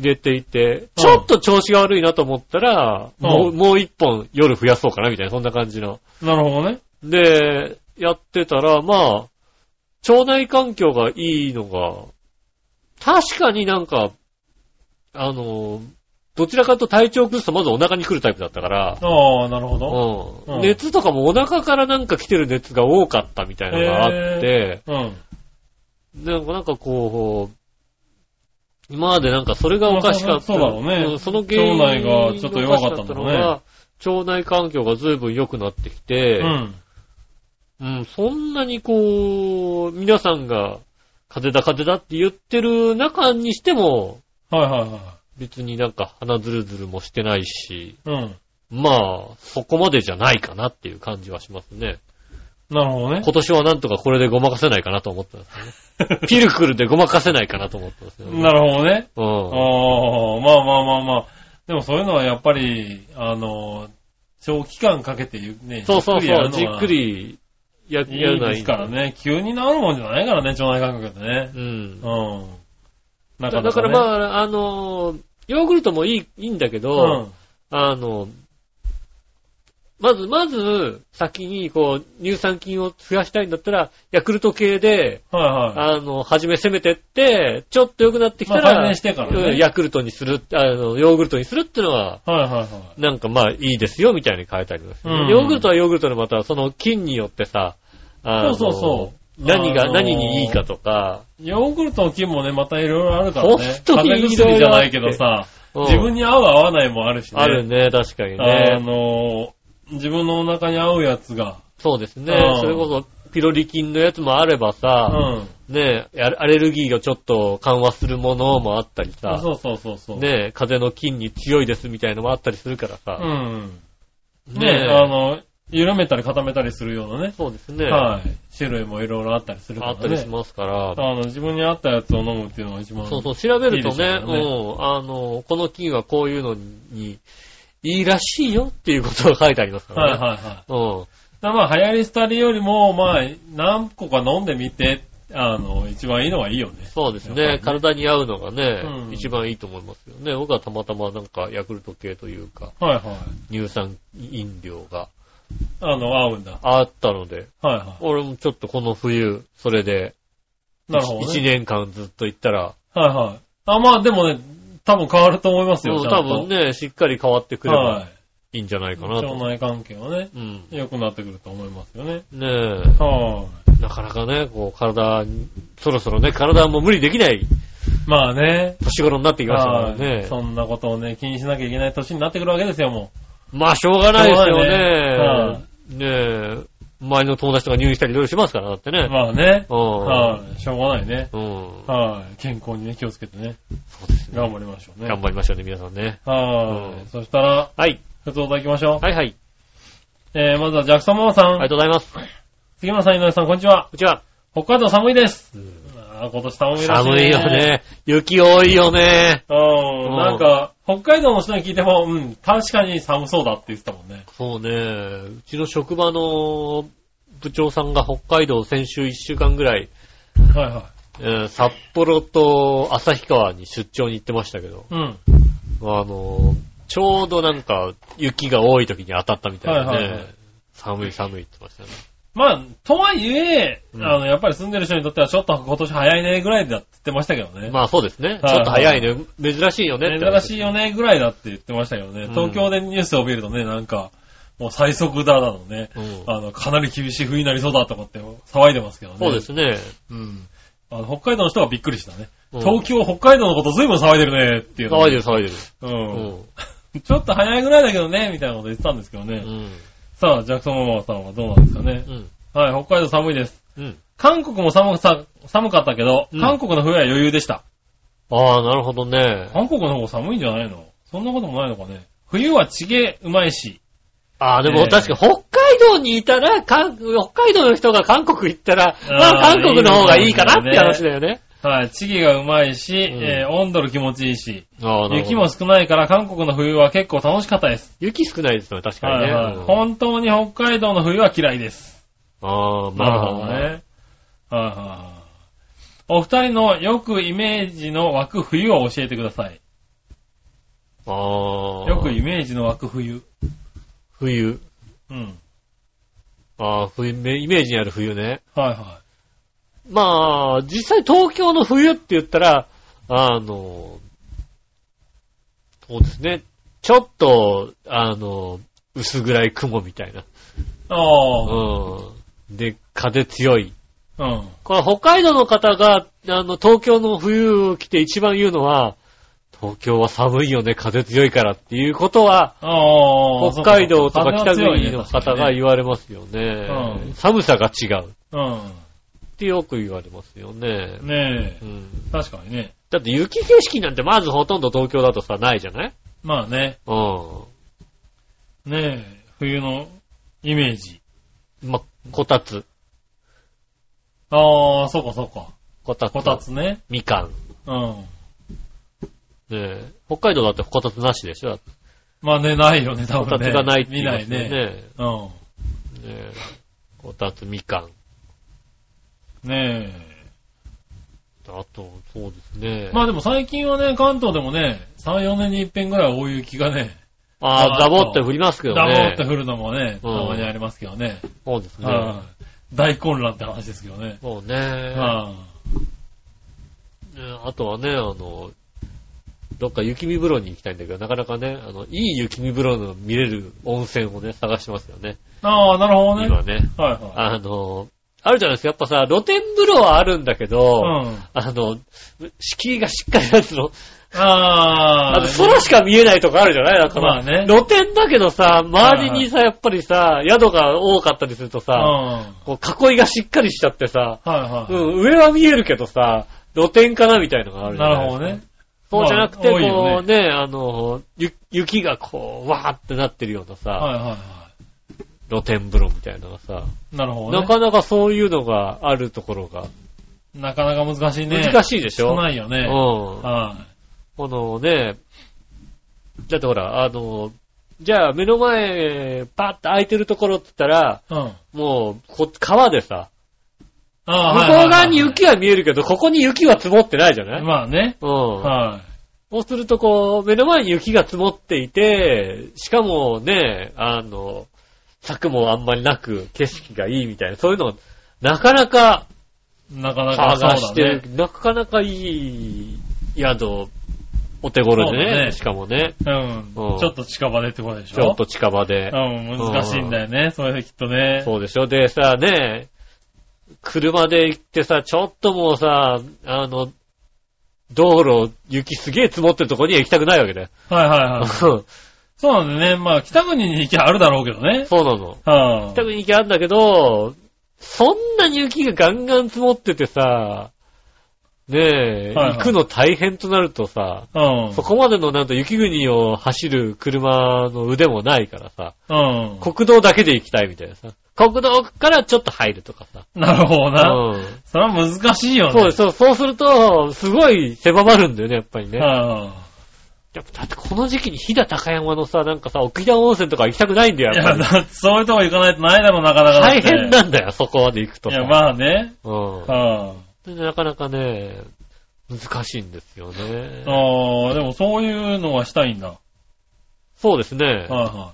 入れていて、
うん
ちょっと調子が悪いなと思ったら、
うん
もう、もう一本夜増やそうかなみたいな、そんな感じの。
なるほどね。
で、やってたら、まあ、腸内環境がいいのが、確かになんか、あの、どちらかというと体調崩すとまずお腹に来るタイプだったから、
ああ、なるほど。
うん
うん
熱とかもお腹からなんか来てる熱が多かったみたいなのがあって、
うん。
なんかなんかこう、今までなんかそれがおかしかった。
まあそうそうだろうね
んその原因
腸内がちょっと弱かったんだろうね
おかしかったのが腸内環境が随分良くなってきて、
うん。
うんそんなにこう、皆さんが風邪だ風邪だって言ってる中にしても、
はいはいは
別になんか鼻ずるずるもしてないし、
い。うん。
まあ、そこまでじゃないかなっていう感じはしますね。
なるほどね。
今年はなんとかこれでごまかせないかなと思ったんですよ ね。ピルクルでごまかせないかなと思ったんですよね。
なるほどね。
うん。
ああ、まあまあまあまあ。でもそういうのはやっぱり、あの、長期間かけてね、
そうそうそう、じ
じ
っ
っ
く
くり
りやや
やる
らな
のはいいいですから。ね。急に治るもんじゃないからね、腸内環境ってね。
うん。
うん。な
だ
かな
か
か、ね。
らまあ、あのー、ヨーグルトもいい、いいんだけ
うん
ど、。あの、まず、まず、先に、こう、乳酸菌を増やしたいんだったら、ヤクルト系で、
はいはい。
あの、初め攻めてって、ちょっと良くなってきた
まあ
ら、
改善してからね
うんヤクルトにする、あの、ヨーグルトにするってのは、
はいはいは
なんかまあいいですよみたいに変えたりとかして、
うん
ヨーグルトはヨーグルトでまたその菌によってさ、あの
そうそうそう
何
あ
が、
のー
何にいいかとか、
い。ヨーグルトの菌もね、またいろいろあるからね。
本当
食
に
べ薬じゃないけどさ、
うん
自分に合う合わないもあるしね。
あるね、確かにね。
あの、自分のお腹に合うやつが、
そうですね
う。ん
それこそピロリ菌のやつもあればさ、
うん。
ねえ、アレルギーをちょっと緩和するものもあったりさ、
そうそうそうそう。
ねえ、風邪の菌に強いですみたいのもあったりするから
う
さ、
ん。ね
ねえ、
あの、緩めたり固めたりするようなね。
そうですね。あ
はい。種類もいろいろあったりするからね。
ったりしますから、
あの、自分に合ったやつを飲むっていうのが一番。
そうそう、調べるとね、
いいでしょうね
うん、あの、この菌はこういうのに、いいらしいよっていうことが書いてありますか
はい
ら
はい
ね。
はい。だ
うん。
からまあ、流行り廃りよりも、まあ、何個か飲んでみて、あの、一番いいのはいいよね。
そうです
や
ね。
っぱ
体に合うのがね、
うん
一番いいと思いますよね。僕はたまたまなんか、ヤクルト系というか、
はいはい。
乳酸飲料が
あの、合うんだ。
あったので、
はいは
俺もちょっとこの冬、それで、
い。なるほど、
1
ね。
年間ずっと行ったら、
はいはい。あ、まあでもね、多分変わると思いますよ、
うん
ちゃ
多
んと
分ね、しっかり変わってくれ
は
ば
い。
いいんじゃないかな
腸
と。
内環境はね、
うん。
良くなってくると思いますよね。
ねえ。
は
なかなかね、こう、体に、そろそろね、体も無理できない
い。まあね。
年頃になってきましたから
はい
ね。
そんなことをね、気にしなきゃいけない年になってくるわけですよ、も
まあ、しょうがないですよね。ねえ、周りの友達とか入院したりいろいろしますから、だって
う。
ね。
まあね。
うん
はい。しょうがないね。
うん。
はい。健康にね、気をつけてね。
そうですね。
頑張りましょうね。
頑張りましょうね、皆さんね。
は
うん
い。そしたら、
はい。
普通お題行きましょう。
はいはい。
えー、まずはジャクソンママさ
ありが
ん。
とうございます。こ
杉村さん、井上さん、こんにちは。
んにちは。
北海道寒いです。ああ、今年寒いらしい、
寒いよ。ね。雪多いよね。
うん、なんか、北海道の人に聞いても、うん、確かに寒そうだって言ってたもんね。
そうね。うちの職場の部長さんが北海道先週1週間ぐらい、
はいは
えー札幌と旭川に出張に行ってましたけど、
い。うん。
あのーちょうどなんか雪が多い時に当たったみたいなね。
はいはいはい
寒い寒いって言ってましたね。
まあ、とはいえ、
うん
あの、やっぱり住んでる人にとってはちょっと今年早いねぐらいだって言ってましたけどね。
まあそうですね。
はい
ちょっと早いね。珍しいよねって
珍
話
しいよねぐらいだって言ってましたけどね。
うん
東京でニュースを見るとね、なんか、もう最速だなのね。
うん
あの、かなり厳しい冬になりそうだとかって騒いでますけどね。
そうですね。うん。
あの北海道の人はびっくりしたね。
うん
東京、北海道のこと随分騒いでるねっていうのね、
騒いでる騒いでる。
うん。
う
ちょっと早いぐらいだけどね、みたいなこと言ってたんですけどね。
ん。
さあ、ジャクソンママさんはどうなんですかね
う。ん。
はい、北海道寒いです。
うん。
韓国も寒さ、寒かったけど、
うん
韓国の冬は余裕でした。
ああ、なるほどね。
韓国の方が寒いんじゃないのそんなこともないのかね。冬は地毛うまいし。
ああ、でも
ええ
確かに北海道にいたら、韓北海道の人が韓国行ったら、まあ
あ
韓
ー
国の方がいいかなっ
い
て
いよね
話だよね。
はい、地毛がうまいし、
ん
えー温度の気持ちいいし、
ああ、なるほ
雪
ど
も。少ないから韓国の冬は結構楽しかったです。
雪少ないですよね、確かに
はい
ね。
はい、
うん
本当に北海道の冬は嫌いです。
ああ、なるほど
はいはい
ね。
はい。お二人のよくイメージの枠冬を教えてください。
ああ。
よくイメージの枠冬。
冬。
うん。
ああ、冬、めイメージにある冬ね。
はいは
まあ、実際東京の冬って言ったら、あの、そうですね。ちょっと、あの、薄暗い雲みたいな。
い。あ
うん。で、風強い。
あ。うん。
これ北海道の方が、あの、東京の冬を来て一番言うのは、東京は寒いよね、風強いからっていうことは、
ああ。
北海道とか北
そう
国の
風
方
強
が
いね
言われますよね。
うん
寒さが違うっ
確か
てよく言われますよね
にね。うん。ね
う。
え
ん、
確かにね。
だって雪景色なんてまずほとんど東京だとさ、ないじゃない
まあね。
うん。
ねえ。冬のイメージ。
ま、こたつ。
ああ、そうかそうか。
こたつ。
こたつね。
みかん。
うん。
ねえ北海道だってこたつなしでしょ、だって
まあね、ないよね、多
こた
分
つ
ね。
がないって言
見
い
な
ま
い
すよ
ね。
ね。
う
ねえこたつみかん。
ん。ね
あと、そうですね
え。。まあでも最近はね、関東でもね、3、4年に一遍ぐらい大雪がね、
ああ、
あ
ザ
と
ボって降りますけど
ダボー
ね。
って降るのもね、た
うん
まにありますけどね。
そうですね
は。い大混乱って話ですけどね。
そうね。
は
ねあとはね、あの、どっか雪見風呂に行きたいんだけど、なかなかね、あの、いい雪見風呂の見れる温泉をね、探してますよね。
いああ、なるほどね。
今ね。
はいは
あの、あるじゃないですか。やっぱさ、露天風呂はあるんだけど、
い。うん。
あの、敷居がしっかりやつの、
あ
あ
あ
の、空しか見えないとかあるじゃないだから、
まあね
露天だけどさ、周りにさ、やっぱりさ、宿が多かったりすると
うん。
さ、
は
こう囲いがしっかりしちゃってさ、
いは
う
い。
ん、上は見えるけどさ、露天かなみたいのがあるじゃ
な
ない
るほどね。
そうじゃなくて、
まあ多いよね
こうね、あの、ゆ雪がこう、わーってなってるようなさ、
はいはいは
露天風呂みたいなのがさ、
い。なるほど
な
ね。
かなかそういうのがあるところが、
なかなか難しいね。
難
しい。
しいでしょ
少ないよね。
うん。
は
このね、だってほら、あの、じゃあ目の前、パッと空いてるところって言ったら、
い。うん。あ
もう、こ川でさ、向
あ
こう
ーはいはいは
側
い
に雪は見えるけど、ここに雪は積もってないじゃない、
まあね。
うん。
は
そうするとこう、目の前に雪が積もっていて、しかもね、あの、柵もあんまりなく、景色がいいみたいな、そういうのを、なかなか
い。なかなか
探
そ
し
う
て
だね
る、。なかなかいい宿、お手頃で
そうだ
ね、
ね
しかもね、
うん。ちょっと近場でってことでしょ
ちょっと近場で
う。ん、難しいんだよね。それきっとね。
そうでしょ。でさ、ね、車で行ってさ、ちょっともうさ、あの、道路、雪すげえ積もってるとこには行きたくないわけだよ。
はいはいはい。そうなんでね。まあ、北国に行きゃあるだろうけどね。
そうなの。
はあ
北。国に行きゃあるんだけど、そんなに雪がガンガン積もっててさ、ねえ、
はいはい
行くの大変となるとさ、
うん。
そこまでのなんと雪国を走る車の腕もないからさ、
うん。
国道だけで行きたいみたいなさ。国道からちょっと入るとかさ。
なるほどな。
うん
それは難しいよね。
そうです、そうそうすると、すごい狭まるんだよね、やっぱりね。
は
やっぱだってこの時期に飛騨高山のさ、なんかさ、沖縄温泉とか行きたくないんだよ、
い。い
やっぱ
や、
り。
だってそういうとこ行かないとないだろう、なかなかだっ
大
て。
変なんだよ、そこまで行くと
い
さ。
や、まあね。
うん
は
でなかなかね、難しいんですよね
い。ああ、でもそういうのはしたいんだ。は
そうです
い
ね。
は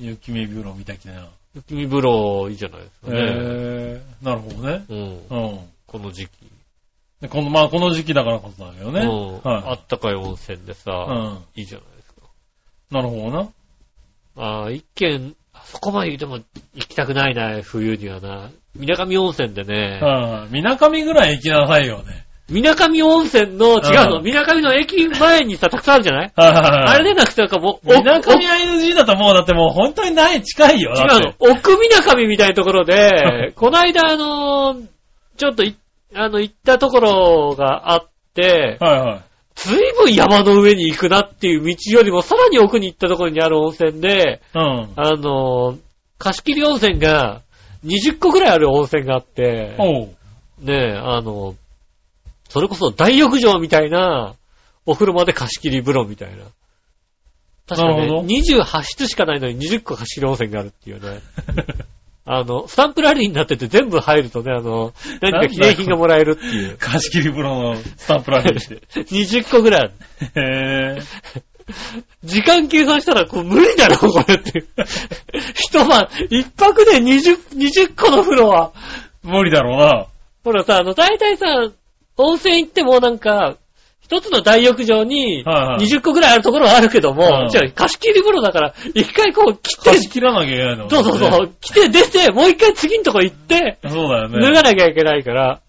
い。雪見風呂見たきな。
雪見風呂いいじゃないですかね。
へえ、なるほどね。
うん
うん。
この時期。
で、この、まあこの時期だからこそだけどね。
うんあ
は
ったかい温泉で
い。う
さ、
ん。
いいじゃないですか。
なるほどな。
ああ、一軒、あそこまででも行きたくないな、冬にはな。水上温泉でね、
はいはい。みなかみぐらい行きなさいよね。
水上温泉の、違うの、
うん
水上の駅前にさ、たくさんあるじゃない
はいはいはい。
あれでなくてなんかもう、お
みなかみ ING だともうだってもう本当にない、近いよ。だ
違
っ
う
て
の、奥みなかみみたいなところ で、こないだあのーちょっとい、あの、行ったところがあって、
はいはい。
ずいぶん山の上に行くなっていう道よりもさらに奥に行ったところにある温泉で、
うん。
あのー貸切温泉が20個ぐらいある温泉があって、
お う。
ねえ、あの、それこそ大浴場みたいな、お風呂まで貸し切り風呂みたいな。確か
なる
ね、
ほど
28室しかないのに20個貸し切り温泉があるっていうね。あの、スタンプラリーになってて全部入るとね、あの、何か記念品がもらえるっていう。
貸し切り風呂のスタンプラリーして。
20個ぐらいある。
へぇ
時間計算したら、こう無理だろ、これって。 一晩、一泊で20、20個の風呂は。
無理だろうな。
ほらさ、あの、大体さ、温泉行ってもなんか、一つの大浴場に、
はいはい
20個ぐらいあるところはあるけど
う
も
ん、
じゃあ貸し切り風呂だから、一回こう来て
貸、し切らなきゃいけないの。
そうそうそう、。来て出て、もう一回次のとこ行って、
そうだよ
脱が
ね。
なきゃいけないから、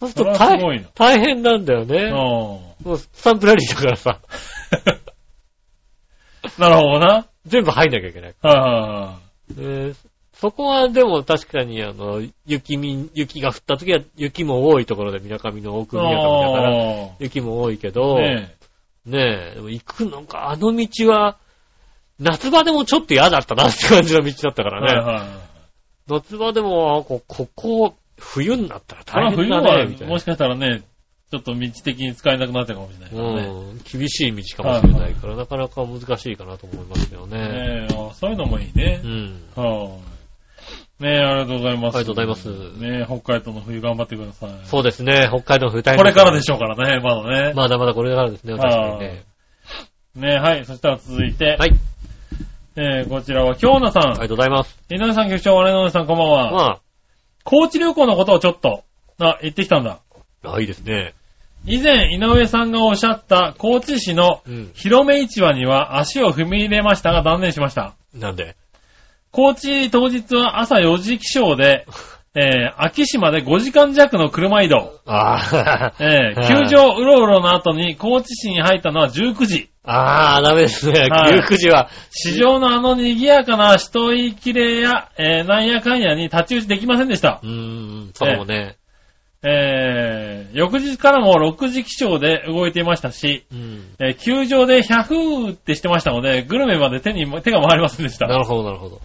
そうすると
それは
大
すごいな
大変なんだよね。
う
もうスタンプラリーだからさ、
ん。なるほどな。
全部入んなきゃいけない。
はいはいはい。
でそこはでも確かにあの、雪み、雪が降った時は雪も多いところで、水上の奥水上だから、
あ
雪も多いけ
ー
ど、
ね
ねえ、でも行くのか、あの道は、夏場でもちょっと嫌だったなって感じの道だったか
え
ら
はい
ね。
はい。
夏場でも、あこここ、冬になったら
これは
大変だ
冬
ね、
は
みたいな。
もしかしたらね、ちょっと道的に使えなくなってるかもしれないからね。
うん、厳しい道かもしれないから、なかなか難しいかなと思いますよね。
ねえ、あそういうのもいいね
う。ん。
はい。ねえ、ありがとうございます。
ありがとうございます
ねえ、北海道の冬頑張ってください。
そうですね、北海道の冬大
これからで
し
しょうからね、まだね。
まだまだこれからですね、確かにね。
ねえ、はい。そしたら続いて、
はい、
えー、こちらは、京奈さ
あり
ん。
がとうございます。
井上さん、局長、我々の皆さん、こんばんは。
ま
高知旅行のことをちょっと、あ、言ってきたんだ。
あ、あいいですね。
以前、井上さんがおっしゃった高知市の
うん。
広め市場には足を踏み入れましたが断念しました。
なんで
高知当日は朝4時起 床で、えー、秋島で5時間弱の車移動。
ああ、
えー、
はい
球場うろうろの後に高知市に入ったのは19時。
ああ、ダメですね。
はい
9時は。
市場のあの賑やかな人いきれや、えー、なんやかんやに立ち打ちできませんでした
う。ーん、そうかもね。
えー、翌日からも6時起床で動いていましたし、
うん。
えー、球場でヒャフーってしてましたので、グルメまで手に、手が回りませんでした
な。るほど、なるほど。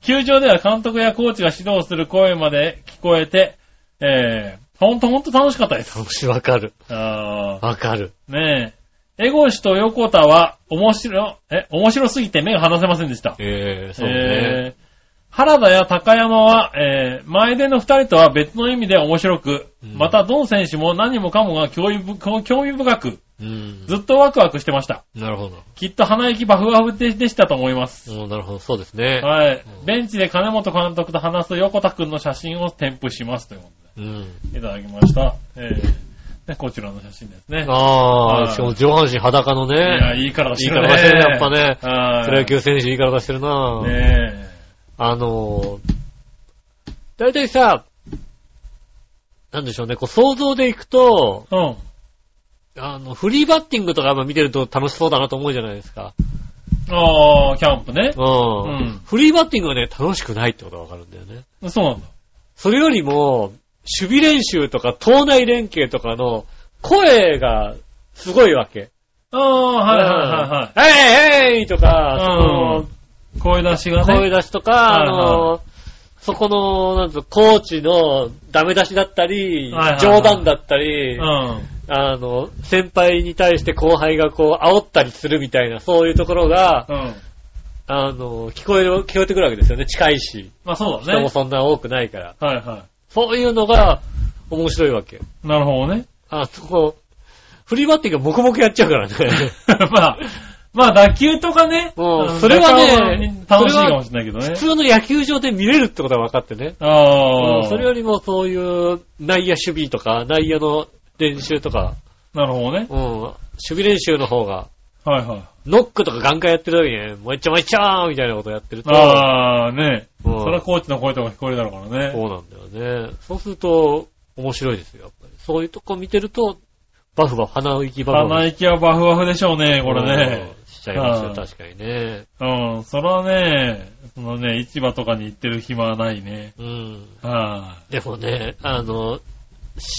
球場では監督やコーチが指導する声まで聞こえて、えー、ほんとほんと楽しかったです。
楽しいわかる。
あ
わかる。
ーねえ。エゴシと横田は、面白、え、面白すぎて目が離せませんでした。
ええそうね。
えー、原田や高山は、えー、前での二人とは別の意味で面白く、
うん
また、どン選手も何もかもが興味深興味深く、
うん。
ずっとワクワクしてました。
なるほど。
きっと鼻息バフバフでしたと思います。
うんなるほど、そうですね。
はい。ベンチで金本監督と話す横田くんの写真を添付しますというこ
うん。
とで、いただきました。えー、ね、こちらの写真ですね。
あ
は
あ、
い
しかも上半身裸の
いや、
ね、
いい体してる
い
ね。
い体してるねやっぱね
はい。
プロ野球選手いい体してるな、
ね
あのー、だいたいさ、なんでしょうね、こう想像でいくと、
え。うん。
あの、フリーバッティングとかまあ見てると楽しそうだなと思うじゃないですか。
ああ、キャンプね。
うん。
うん
フリーバッティングはね、楽しくないってことがわかるんだよね。
そうなんだ。
それよりも、守備練習とか、党内連携とかの声がすごいわけ。
ああ、はいはいはいはい。
はい。えいえいとか、
うん声出しがね。
その声出しとか、
はい
あの、そこの、なんつうの、コーチのダメ出しだったり
はいはいは、い
冗談だったり、
うん。
あの、先輩に対して後輩がこう、煽ったりするみたいな、そういうところが、
うん。
あの、聞こえる、聞こえてくるわけですよね。近いし、
まあそうだ
人
ね
も。そんな多くないから。
はいは
そういうのが面白いわけ。
い。なるほどね。
あそこ、フリーバッティングは黙々やっちゃう からね。
まあ、まあ打球とかね。
うん
あの
それはね
打球は楽しいかもしれないけど
普
ね。
通の野球場で見れるってことは分かってね。
あ
うん
あ。
それよりもそういう内野守備とか、内野の練習とか、
なるほどね。
うん、守備練習の方が、
はいはい。
ノックとか眼科やってる時に、もういっちゃもういっちゃーみたいなことやってると、
ああ、ね
うん
それはコーチの声とか聞こえるだろうからね。
そうなんだよね。そうすると、面白いですよ、やっぱり。そういうとこ見てると、バフバフ、鼻息バフバ
鼻
フ。
息はバフバフでしょうね、これね。
うん。しちゃいます
う
よ、
ん
確かにね。
うん、それはね、そのね、市場とかに行ってる暇はないね。
うん。
は
でもね、あの、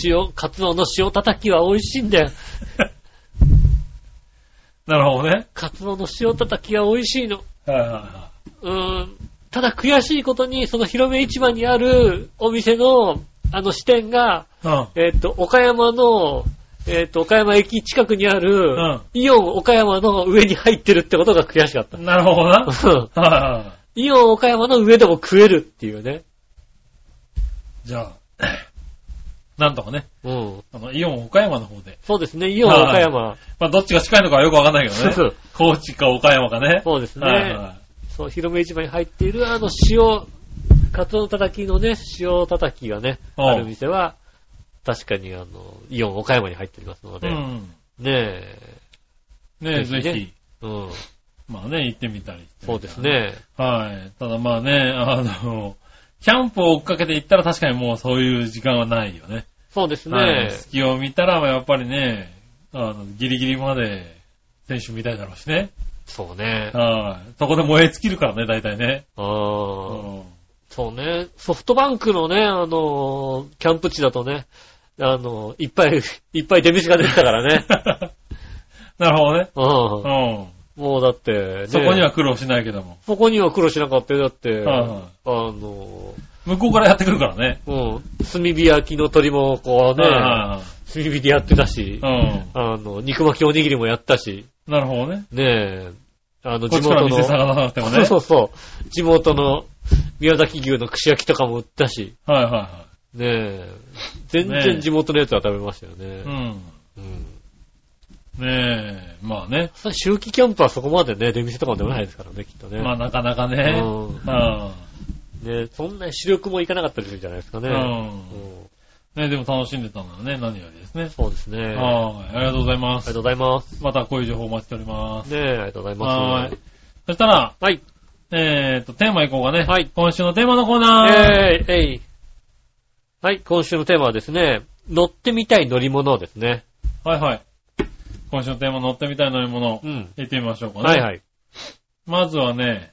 塩、カツオの塩叩きは美味しいんだよ。
い。なるほどね。
カツオの塩叩きは美味しいの。
はいはいは
うーん。ただ悔しいことに、その広め市場にあるお店の、あの支店が、
い。うん。
えっ、と、岡山の、えっ、と、岡山駅近くにある、
うん
イオン岡山の上に入ってるってことが悔しかった。
なるほどな。
うん
はいはい。
イオン岡山の上でも食えるっていうね。
じゃあ、 なんとかね、
うん。
あの、イオン岡山の方で。
そうですね、イオン岡山。
まあ、どっちが近いのかはよくわかんないけどね。高知か岡山か ね。
そうですね。
はいは
そう、広め市場に入っているあの塩、カツオのたたきのね、塩たたきがね、
うん
ある店は、確かにあの、イオン岡山に入っていますの
い。う
で、
ん。
ね
ね
ぜ
え、ぜ
ひね
ひ、
え、うん、
まあね、行ってみたりして
そうです。ね。
はい。ただまあね、あの、キャンプを追っかけて行ったら確かにもうそういう時間はないよね。
そうですね。
はい。隙を見たらやっぱりね、あの、ギリギリまで選手見たいだろうしね。
そうね。
はい。そこで燃え尽きるからね、大体ね。
あ
う
ー
ん。
そうね。ソフトバンクのね、あの、キャンプ地だとね、あの、いっぱい、いっぱい出飯が出てたから ね。
なるほどね。
う。
うんん。
もうだって、ね
そこには苦労しないけども。
そこには苦労しなかったよ。だって、
はいはい
あの、
向こうからやってくるからね。
うん。炭火焼きの鳥も、こうね、
は
炭火でやってたし
い、はい
あの、肉巻きおにぎりもやったし、
うん。なるほどね。
ねえ、あの、
こっ
地
ちから
元の、
店探さなくてもね。
そうそうそう、地元の宮崎牛の串焼きとかも売ったし、
はいは
ねえ、全
ね
然
え
地元のやつは食べましたよね。
いはい。
うん。
うん。ねえ、まあね。
それ秋季キャンプはそこまでね、出店とかも出ないですからね、きっとね。
まあなかなかね。
うん
う
ねそんなに主力もいかなかったりするんじゃないですかね。
ん。うん。
うん
ね、でも楽しんでたんだね、何よりですね。
そうですね。あ
はい、ありがとうございま
りが
す。
とうございます。
またこういう情報お待ちしております。
ねえ、ありがとうございます。
はーい。そしたら、
はい。
えーと、テーマいこうかね。
はい
今週のテーマのコーナー。
えーい、えい。はい、今週のテーマはですね、乗ってみたい乗り物ですね。
はいはい。今週のテーマ乗ってみたい乗り物
う、ん。
行ってみましょうかね。
はいはい。
まずはね、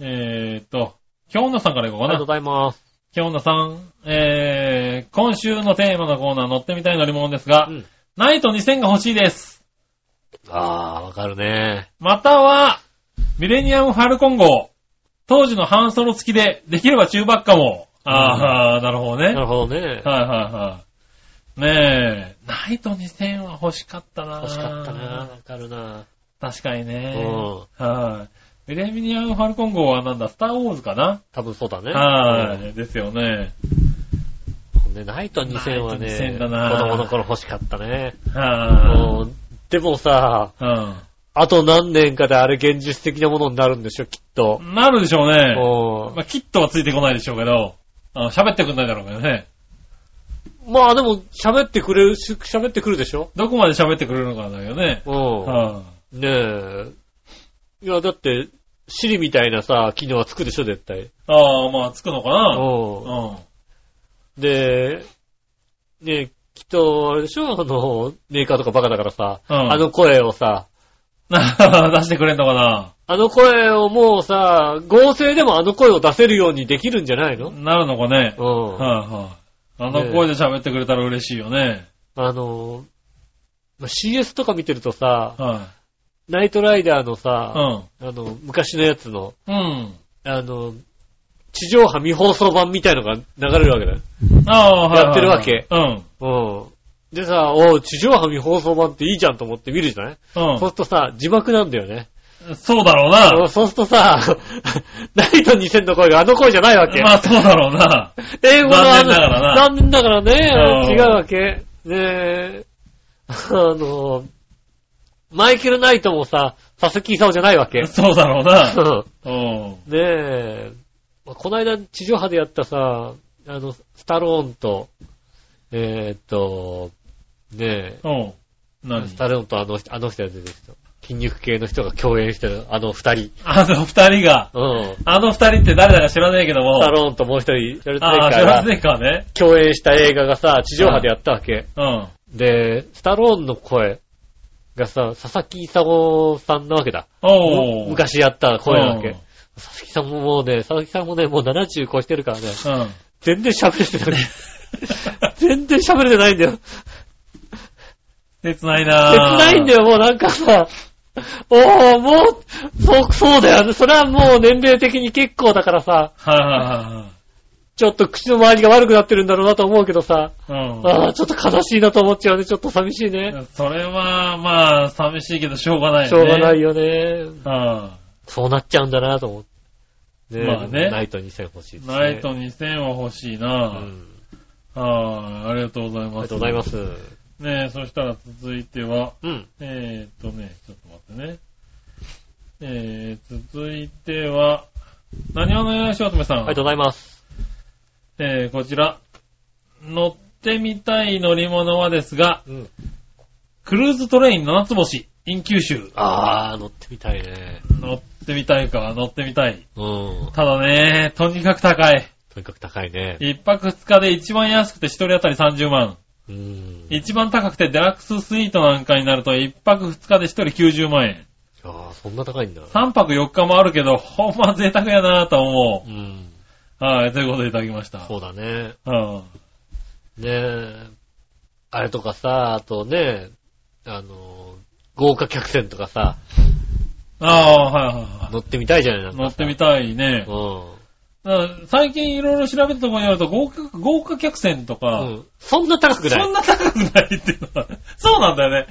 えーと、京女さんからいこう
あ
か
りがとうご
な。
ざいます。
京女さん、えー、今週のテーマのコーナー乗ってみたい乗り物ですが、
うん
ナイト2000が欲しいです。
あー、わかるね。
または、ミレニアムファルコン号。当時の半ソロ付きで、できれば中ばっかも。あー、なるほどね。
な
はい
るほどね。
はいはい。ねえ、ナイト2000は欲しかったな
欲しかったな。わかるな。
確か
う
にね。
ん。
はい。ミレニアムファルコン号はなんだ、スターウォーズかな
多分そうだね。
はい。ですよね。
うん。ね、ナイト2000は
ナイ
ね、
ト2000
子
だな
供の頃欲しかったね。
は
うんでもさ、
い。う
あと何年かであれ現実的なものになるんでしょ、きっと。
ん。なるでしょうね。
う
まあ、キットはついてこないでしょうけど、あの喋ってくんないだろうけどね。
ん。まあでも、喋ってくれるし、喋ってくるでしょ
どこまで喋ってくれるのかだけどね。
うん。
は
ねえ。いや、だって、シリみたいなさ、機能はつくでしょ、絶対。
い。ああ、まあ、つくのかな。
う
うん。
ん。で、ねえ、きっと、あれでしょ、あの、メーカーとかバカだからさ、
うん
あの声をさ、
な出してくれんのかな
あの声をもうさ、合成でもあの声を出せるようにできるんじゃないの
なるのかね。
うん。
はいはい。あの声で喋ってくれたら嬉しいよね。
あの、まあ CS とか見てるとさ、
は
ナイトライダーの
い。
さ、あの、昔のやつの、
うん。うん。
あの、地上波未放送版みたいのが流れるわけだよ。
ああ、はいはいはい。
やってるわけ
うん。
うん。でさ、おう地上波未放送版っていいじゃんと思って見るじゃない、そうするとさ、字幕なんだよね。
うん。そうだろうな。
そうするとさ、 ナイト2000の声があの声じゃないわけ。
まあそうだろうな。
英語のあの
残念ながらな
残念だからね、
うん
違うわけ。ねえ、あの、マイケル・ナイトもさ、佐々木勲じゃないわけ。
そうだろうな。
うん
うん。
ねえ、まあこの間地上波でやったさ、あの、スタローンと、えーっと、ね
うん。
え、
何
スタローンとあの人、あの人やってる人。筋肉系の人が共演してる、あの二人。
あの二人が、
うん。
あの二人って誰だか知らねえけど
ス
も
タ、ローンともう一人、シャルツネッ
あ
カー
あ、知ら
が
ねえかね。
共演した映画がさ、地上波でやったわけ。
うん。
で、スタローンの声がさ、佐々木勲さんなわけだ。
おー。
昔やった声なわけ
うん。
佐々木さんももうね、佐々木さんもね、もう70超してるからね、
うん。
全然喋れて ない。全然喋れてないんだよ。
切ない
切
な
ないんだ
よ。
よ、もうなんかさ。おー、もう、そう、そうだよね。それはもう年齢的に結構だからさ、
はいは
ちょっと口の周りが悪くなってるんだろうなと思うけどさ、
いはいはい。
あーちょっと悲しいなと思っちゃうね。ちょっと寂しいね
う。ん。それは、まあ、寂しいけど、しょうがない
し
よ
ょう
ね。
がないよね。
は
そうなっちゃうんだなと思って。
まあね
ナイト2000欲しいで
い。
す、ね。
ナイト2000は欲しい
うん。あ
なはい。ありがとうございます。
りがとうございます。
ねえ、そしたら続いては、
うん。
えー、っとね、ちょっと待ってね。えー、続いては、何をのよしおとめさ
あ
ん。
りがとうございます。
えー、こちら。乗ってみたい乗り物はですが、
うん。
クルーズトレイン7つ星、in 九州。
あー、乗ってみたいね。
乗ってみたいか、乗ってみたい。
うん。
ただね、とにかく高い。
とにかく高いね。
一泊二日で一番安くて一人当たり30万。
うん。
一番高くてデラックススイートなんかになると一泊二日で一人90万円。
あー、そんな高いんだ。
三泊四日もあるけど、ほんま贅沢やなぁと思う
う。ん。
はい、ということでいただきました。
そうだね。
うん。
ねえ。あれとかさ、あとね、あの、豪華客船とかさ、
ああ、はいはいは
乗ってみたいじゃないなん
い。
か
乗ってみたいね
う。ん。
だから最近いろいろ調べたところによると、豪華、豪華客船と
う
か、
ん。そんな高くない。
そんな高くないっていうのは、 そうなんだよね。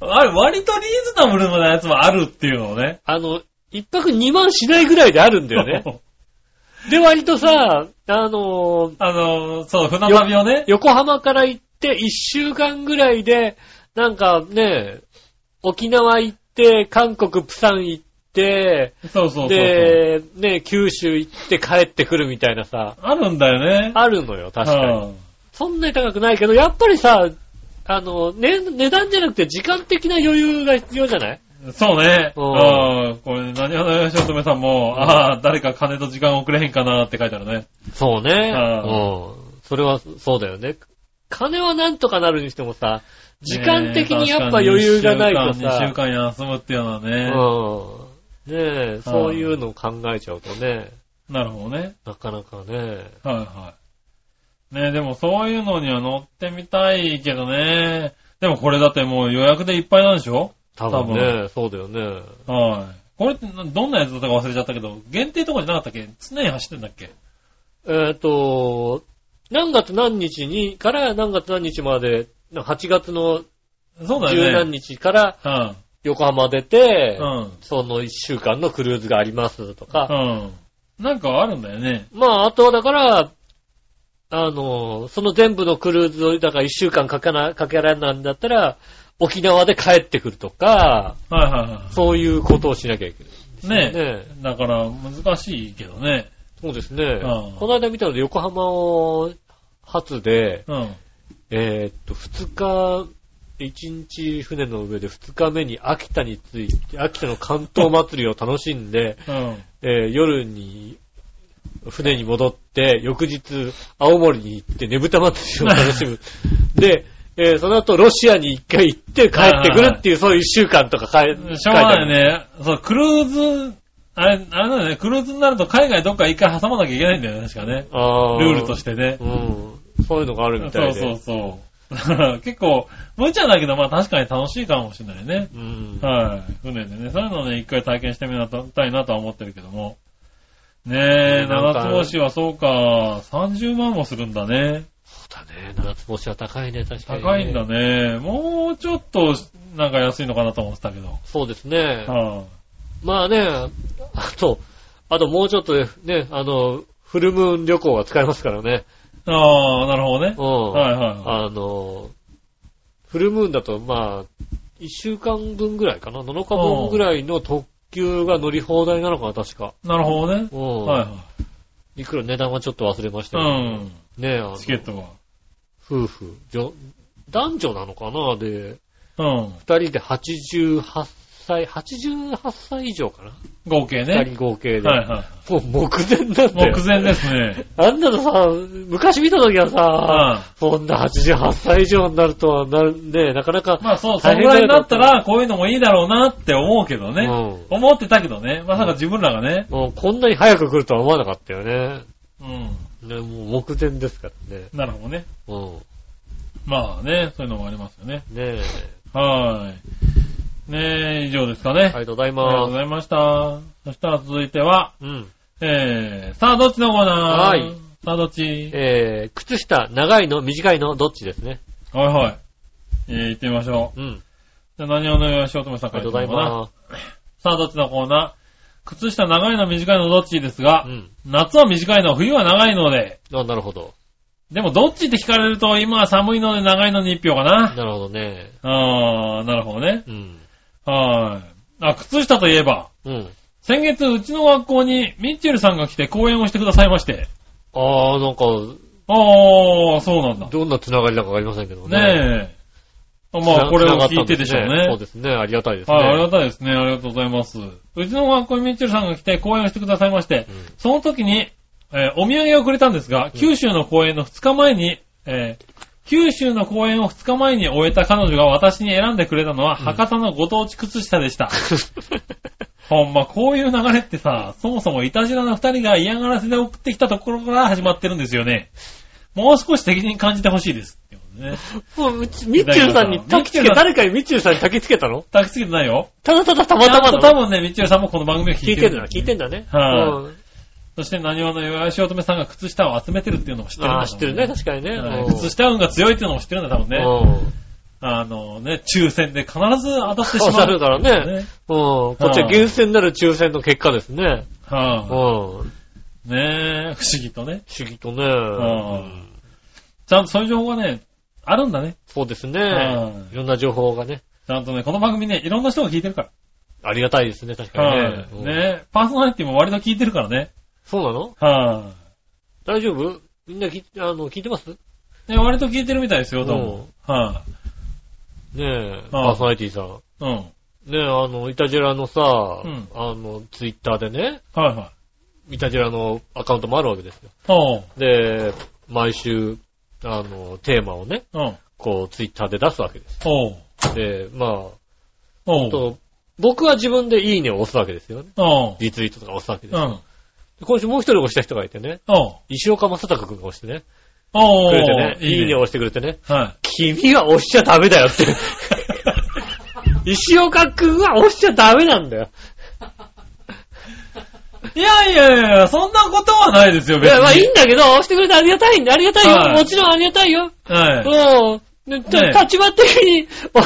あれ、割とリーズナブルなやつもあるっていうのをね。
あの、一泊二万しないぐらいであるんだよ ね。で、割とさ、あのー
あの、そう、船旅をね。
横浜から行って一週間ぐらいで、なんかね、沖縄行って、韓国、プサン行って、
そうそうそうそう。
で、ね、九州行って帰ってくるみたいなさ、
あるんだよね。
あるのよ、確か
う
に。
ん
そんなに高くないけど、やっぱりさ、あの、ね、値段じゃなくて時間的な余裕が必要じゃない
そうね。
うん
うん。これ、何話のよしおとめさんも、ああ、誰か金と時間をくれへんかなって書いてあるね。
そうね。
は
うん。それは、そうだよね。金はなんとかなるにしてもさ、時間的にやっぱ余裕がないと
ねえ
さ
確かに一週、間、2週間休むっていうのはね。
うん。ねえ、そういうのを考えちゃうとね、
なるほどね。
なかなかね、
はいはい。ねえ、でもそういうのには乗ってみたいけどね。でもこれだってもう予約でいっぱいなんでしょ
多分ね、そうだよね。
はい。これってなどんなやつだったか忘れちゃったけど、限定とかじゃなかったっけ常に走ってんだっけ
えっ、と、何月何日に、から何月何日まで、8月の
そうだ
十
よ
何
ね。
日から
うん。
横浜出て、
うん。
その1週間のクルーズがありますとか、
うん。なんかあるんだよね。
まあ、あとはだから、あの、その全部のクルーズを、だから一週間かかな、かけられないんだったら、沖縄で帰ってくるとか、
はいはいは
そういうことをしなきゃいけない。
い。ねえ。
ねえ
だから難しいけどね。
そうですね。
うん
この間見たので、横浜を初で、
うん。
えーっと、2日、1日船の上で2日目に秋田に着いて、秋田の関東祭りを楽しんで、
うん。
えー夜に、船に戻って、翌日、青森に行って、ねぶた祭りを楽 しむ。で、えーその後、ロシアに一回行って帰ってくるっていう、そういう一週間とか帰帰
しょうがないね。そう、クルーズ、あれ、あれだよね、クルーズになると海外どっか一回挟まなきゃいけないんだよね、確かね。
あ
ルールと
して。
してね。
うん。そういうのがあるみたい
そ
うで。
そうそう。 結構、無茶だけど、まあ確かに楽しいかもしれないね。
うん。
はい。船でね、そういうのをね、一回体験してみたいなとは思ってるけども。ねえ、
なんか
七つ星はそうか、30万もするんだね。
そうだね。七つ星は高いね、確かに、
高いんだ。ね。もうちょっと、なんか安いのかなと思ってたけど。
そうですね。
は
まあね、あと、あともうちょっとでね、あの、フルムーン旅行が使えますからね。
あ、ああ、なるほどね
う。ん。
はいは
あの、フルムーンだと、まあ、1週間分ぐらいかな ?7 日分ぐらいの特急が乗り放題なのかな、確か。
い。なるほどね。
うん。
はい
いくら値段はちょっと忘れましたけど。
はい。うん。
ねえ、あの
チケットが。
夫婦、じょ男女なのかなで、
うん。
二人で88歳、88歳以上かな
合計
二
ね。
人合計で。
はいはい。
もう目前だって。
目前で すね。
あんなのさ、昔見た時はさ、
は
そんな88歳以上になるとはなる、ね、なかなか、
い。まあそう、そのぐらいになったら、こういうのもいいだろうなって思うけど
う
ね。
ん
思ってたけどね。まさか自分らがね。
もうこんなに早く来るとは思わなかったよね。
うん。
ねもう目前ですからね。
なるほどね。
うん。
まあね、そういうのもありますよね。
ね え。
はい。ねえ、以上ですかね。
ありがとうござい
ありがと
ま
うご
す。
ざいました。そしたら続いては、
うん。
えー、さあどっちのコーナー
はい。
さあどっち
えー、靴下、長いの短いのどっちですね。
はいはい。えー、行ってみましょう。
うん。
じゃあ何をお願いしようと思いま
ありが
すか
とうございます。
さあどっちのコーナー靴下長いの短いのどっちですが、
うん。
夏は短いの、冬は長いので、
あ、なるほど。
でもどっちって聞かれると今は寒いので長いのに一票かな。
なるほどね。
あー、なるほどね。
うん。
はい。あ、靴下といえば、
うん。
先月うちの学校にミッチェルさんが来て講演をしてくださいまして。
あー、なんか、
あー、そうなんだ。
どんなつながりだかわかりませんけどね。
ねえ。
つ
まあ、
な
これを
つながったん
聞いてでしょうね。
そうですね。ありがたいですね。
はい、ありがたいですね。ありがとうございます。うちの学校にミッチェルさんが来て講演をしてくださいまして、
うん
その時に、えーお土産をくれたんですが、九州の公演の2日前に、えー九州の公演を2日前に終えた彼女が私に選んでくれたのは、博多のご当地靴下でした。ほんま、こういう流れってさ、そもそもいたじらの二人が嫌がらせで送ってきたところから始まってるんですよね。もう少し責任感じてほしいです。ってことね。
もううち、ミッチェルさんに
いた
焚
だきま
き
した
つけ、誰かにミッチェルさんに焚きつけたの
抱きつけてないよ。
ただただたまたま
ちゃ
なん
と多
の
分ね、みちるさんもこの番組を聞
聞
い
いて
て
る
る。
な、聞いてんだね。
はい
うん
そして、何話の岩井しおとめさんが靴下を集めてるっていうのも知ってるんだ
あ
ろう
あ、知ってるね、確かにね。
はい
うん
靴下運が強いっていうのも知ってるんだ、多分ね。
うん
あのね、抽選で必ず当たってし
当
ま
た
う。
るからね。うん。こっちは厳選なる抽選の結果ですね。うん。不
は
思
い。ねえ、不思議とね。
議とね。
んちゃんとそういう情報がね、あるんだね。
そうです
は
ね。
い
いろんな情報がね。
ちゃんとね、この番組ね、いろんな人が聞いてるか
ありがたいですね、確
ら。
か
はい。
にね。うん
ねえ、パーソナリティも割と聞いてるからね。
そうなの
は
大丈夫みんなきあの聞いてますね
い。ね割と聞いてるみたいですよ、どうも。は
え、パーソナリティさん。
い。うん。はい
ねえ、あの、イタジェラのさ、
うん
あの、ツイッターでね、
はい。
イタジェラのアカウントもあるわけですよ。
おう。
で、毎週、あの、テーマをね、
うん。
こう、ツイッターで出すわけです。
おう。
で、ま
お
あ、
う。
と、僕は自分でいいねを押すわけですよね。
おう。
リツイートとか押すわけです
う
よ。
ん。
で今週もう一人押した人がいてね、
おう。
石岡正隆君が押してね、
お
く
ー
れてね、いいねを押してくれてね、
は
君は押しちゃダメだよ って。石岡君は押しちゃダメなんだよ。
い。いやいやいやいや、そんなことはないですよ、
い
別に。
や、まあいいんだけど、押してくれてありがたいんで、ありがたいよ。
はい
もちろんありがたいよ。
は
う
い。
ん。ねちょ
ねえ
立場的に、お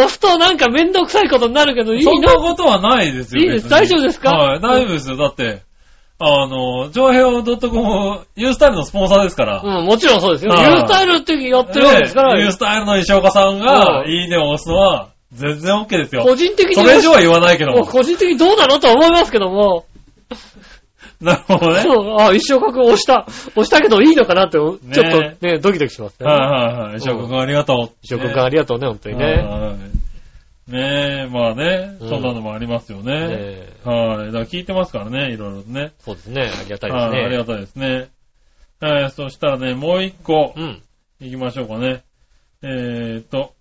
押すとなんかめんどくさいことになるけど、いい
そんな
の
ことはないですよ。
いいです
別に
大丈夫ですか
はい、大丈夫ですよ。だって、あの、上平 .com、ユースタイルのスポンサーですから。
うん、もちろんそうですよ。ユ
はい
ースタイルってやってるわけですか
ねユー
ら
ス、タイルの石岡さんが、
うん
いいねを押すのは、全然 OK ですよ。
個人的に、
それ以上は言わないけど
もう
も。
個人的にどうなのとは思いますけども、
なるほどね。
そう、あ、一生確押した、押したけどいいのかなって、ちょっと
ねえ
ね、ドキドキしますね。
はいはいはい。石岡君ありがとう。
一生君ありがとうね、本当にね。
はいねえ、まあね、
うん
そんなのもありますよ
ね
ね。
え
はい。だから聞いてますからね、いろいろとね。
そうですね、ありがたいです
はい、あり
ね。
がたいですね。えー、そしたらね、もう一個
う、ん。
行きましょうかね。えーっと、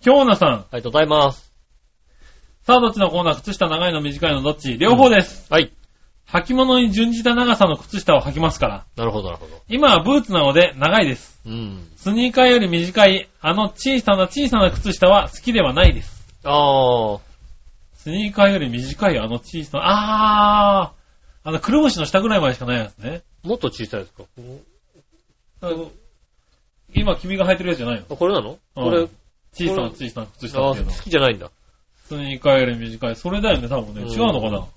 京奈さん。
ありがとうございます。
さあ、どっちのコーナー靴下長いの短いのどっち両方です。
はい。
履物に準じた長さの靴下を履きますから。
なるほど、なるほど。
今はブーツなので長いです。
うん。
スニーカーより短い、あの小さな小さな靴下は好きではないです。
ああ、
スニーカーより短いあの小さな、ああの、くるぶしの下ぐらいまでしかないやつね。
もっと小さいですか
あの今、君が履いてるやつじゃないの
あこれなの
うん
これ、
小さな小さな靴下
あ
っていう
好
の。
きじゃないんだ。
スニーカーより短い。それだよね、多分ね。
うん
違うのかな、も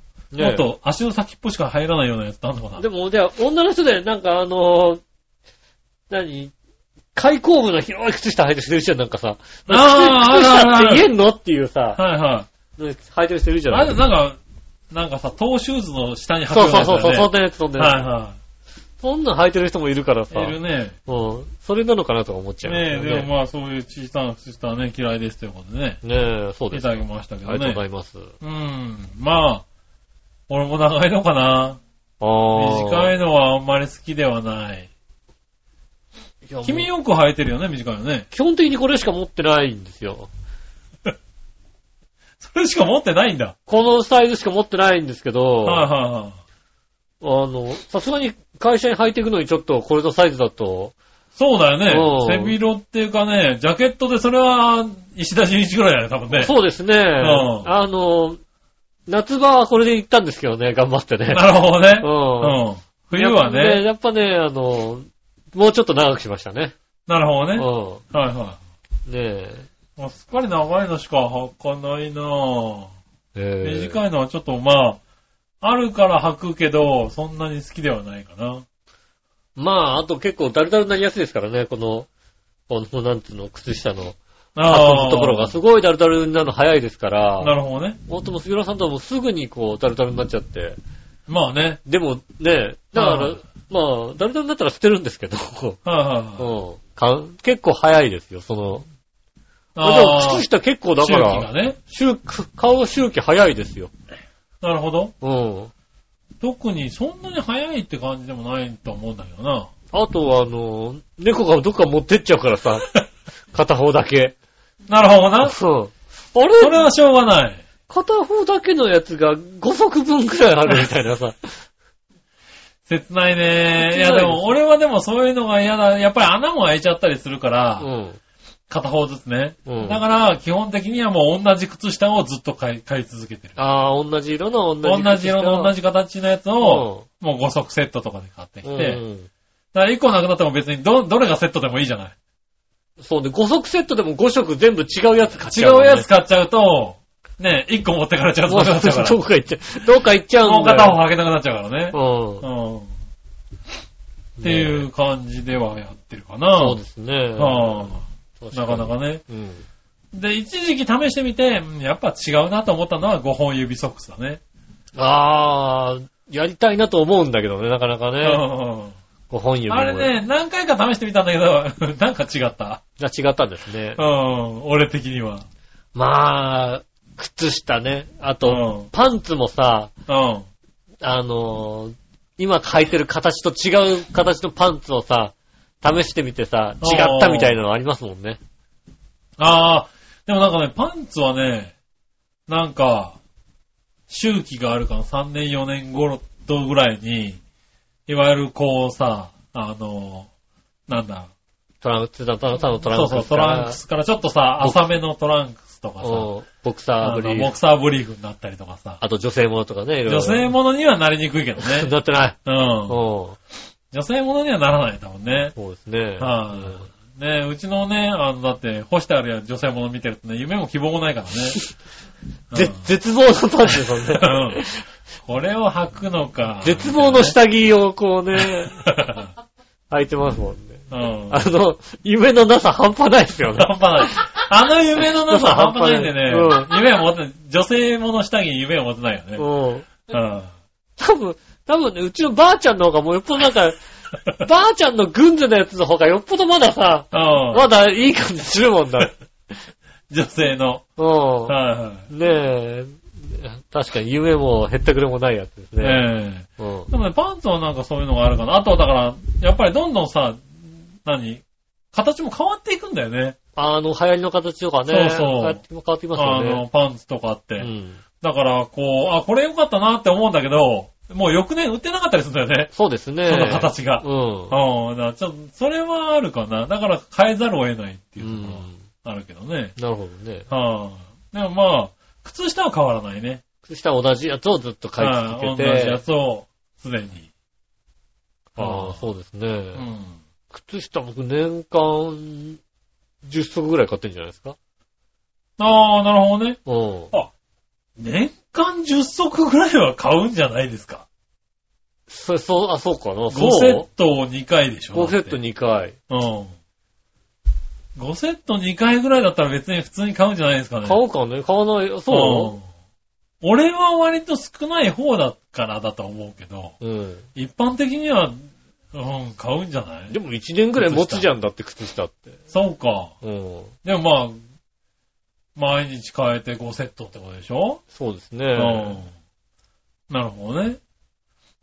っと足の先っぽしか入らないようなやつってあんのかな
でも、じゃあ、女の人で、なんかあのー、何開口部の広い靴下履いてる人いるじゃん、なんかさ。
あー
靴
あるあ
下
るあ
っ
る
て言えんのっていうさ、
はいはい。
履いてる人いるじゃん。
あれなんか、なんかさ、トーシューズの下に履く
そ
よ
う
うな
そう
やつだ
そう、そうそ
よね。
んなやつ、そんなやつ。
はいは
そんなん履いてる人もいるからさ、
い。いるね。
うん。それなのかなとか思っちゃう、
ねえ、でもまあそういう小さな靴下はね、嫌いですということでね。
ねえ、そうで
い
す。
た
あ
だきましたけ
り
ど
がとうござ
ね。
います。
うん。まあ、俺も長いのかな。
ああ。
短
い
いのはあんまり好きではない。
や。もう
君よく履いてるよね、短いのね。
基本的にこれしか持ってないんですよ。
それしか持ってないんだ。
このサイズしか持ってないんですけど、
はいはいはい。
あの、さすがに会社に履いていくのにちょっとこれのサイズだと、
そうだよね。
うん
背広っていうかね、ジャケットでそれは石田純一ぐらいだよね、多分 ね。
そうですね、
ん
あの、夏場はこれで行ったんですけどね、頑張ってね。
なるほど ね。
うん。
うん。冬はね。
やっぱね、やっぱねあの、もうちょっと長くしましたね。
なるほど
う
ね。
ん。
は
ね
いは
え。
い。もうすっかり長いのしか履かないなぁ。
えい。
短いのはちょっとまあ、あるから履くけど、そんなに好きではないかな。
まあ、あと結構ダルダルになりやすいですからね、この、この、なんつうの、靴下の、
あ
のところがすごいダルダルになるの早いですから、
なるほどね。
ほんともう杉浦さんとはもうすぐにこう、ダルダルになっちゃって、
まあね。
でもね、だか
う
ら
ん、
まあ、ダルダルになったら捨てるんですけど、
はいはいはい。
うんかん結構早いですよ、その、
あ
で
あ
も、靴下結構だ
周期
から
が、ね。
周期顔周期早いですよ。
なるほど。
うん。
特にそんなに早いって感じでもないと思うんだけどな。
あとは、あの、猫がどっか持ってっちゃうから さ、片方だけ。
なるほど
う
な。
ん
そ
あ
れ
れ
はしょうがない。
片方だけのやつが5足分くらいあるみたいなさ。
切ないね
切ない
いやでも、俺はでもそういうのが嫌だ。やっぱり穴も開いちゃったりするか
う
ら、
ん。
片方ずつね。
うん。
だから、基本的にはもう同じ靴下をずっと買い買い続けてる。
ああ、同じ色の同じ靴
同
下。
じ色の同じ形のやつを、もう5足セットとかで買ってき
うん。
て、
うん
だから1個なくなっても別にど、どれがセットでもいいじゃない。
そうね、5足セットでも5色全部違うやつ買っち
違
ゃうもん
う
ね、
やつ買っちゃうと、ね、1個持ってかれちゃうと
もう
なくなっちゃうから。
どっか行っちゃう。どっか行っちゃう
も
ん
う
だ
片
よ。
方履けなくなっちゃうからね。
う
うん。っ
ん。
てい
ね
う感じではやってるか
え。
な。
そうですね。
うん
確
なかなか
ね。
ね。
うん。
で、一時期試してみて、うんやっぱ違うなと思ったのは5本指ソックスだね。
ああ、やりたいなと思うんだけどね、なかなか
う
ね。
ん。
ご本指も。
あれ。ね、何回か試してみたんだけど、 なんか違った。
あ違ったんですね
う。ん、俺的には。
まあ、靴下ね。あ
う
と
ん、
パンツもさ、
うん。
あのー、今履いてる形と違う形のパンツをさ、試してみてさ、違ったみたいなのありますもんね。
ああ、でもなんかね、パンツはね、なんか、周期があるから3年4年頃とぐらいに、いわゆるこうさ、あの、なんだ、
トランクス、ただただのトラン
そ
ク
う
ス。
そう、トランクスからちょっとさ、
ボク
浅めのトランクスとかさ、
うん。ボク
あ
サー
の
ブリー
ボ
フ
ク。サーブリーフになったりとかさ、
あと女性ものとかね、いろいろ
女性ものにはなりにくいけどね。
なってない。
う
うん。
ん。
そ
女性ものにはならないんだもんね。
うですね。
はい、ねうちのね、あの、だって、干してあるや女性もの見てるとね、夢も希望もないからね。
ぜ 絶望のパンチですもんね。
うんこれを履くのか。
絶望の下着をこうね、履いてますもんね。
うん。
あの、夢のなさ半端ないですよ ね。
半端ない。あの夢のなさ半端ないんでね、
う
夢を持って、女性もの下着に夢を持てないよね。
うん。
うん。
多分、多分ね、うちのばあちゃんの方がもうよっぽどなん か、ばあちゃんの軍勢のやつの方がよっぽどまださ、
うん
まだいい感じするもん だ。
女性の。
う
はいはい。
ん。ねえ、確かに夢も減ったくれもないやつですね。
え
うん
え。でもね、パンツはなんかそういうのがあるかな。あとはだから、やっぱりどんどんさ、何形も変わっていくんだよね。
あの、流行りの形とかね、
そうそう
変わってきます
あ
よ
の、
ね。
パンツとかって。
うん。
だから、こう、あ、これ良かったなって思うんだけど、もう翌年売ってなかったりするんだよね。
そうですね。
その形が。
うん。
うん、だからちょっと、それはあるかな。だから変えざるを得ないっ
う
ていうところ
ん。
はあるけどね。
なるほどね。
はあ、でもまあ、靴下は変わらないね。
靴下は同じやつをずっと買い続け
はい同じや
て、
つをすでに。
ああ、そうですね。
うん。
靴下僕年間10足ぐらい買ってんじゃないですか
ああ、なるほどね。
うん。
年間10足ぐらいは買うんじゃないですか。
そ、そう、あ、そうかな。
5セッ
そ
トを2回でし
う
ょ
?5 セット。2回。
だってうん。5セット2回ぐらいだったら別に普通に買うんじゃないですかね。
買うかね買わない。そうなの
ん俺は割と少ない方だからだと思うけど、
うん。
一般的には、うん、買うんじゃない
でも1年ぐらい持つじゃんだって、靴下って。
そうか。
うん。
でもまあ、毎日変えて5セットってことでしょ、
そうです
うん
ね。。
なるほどね。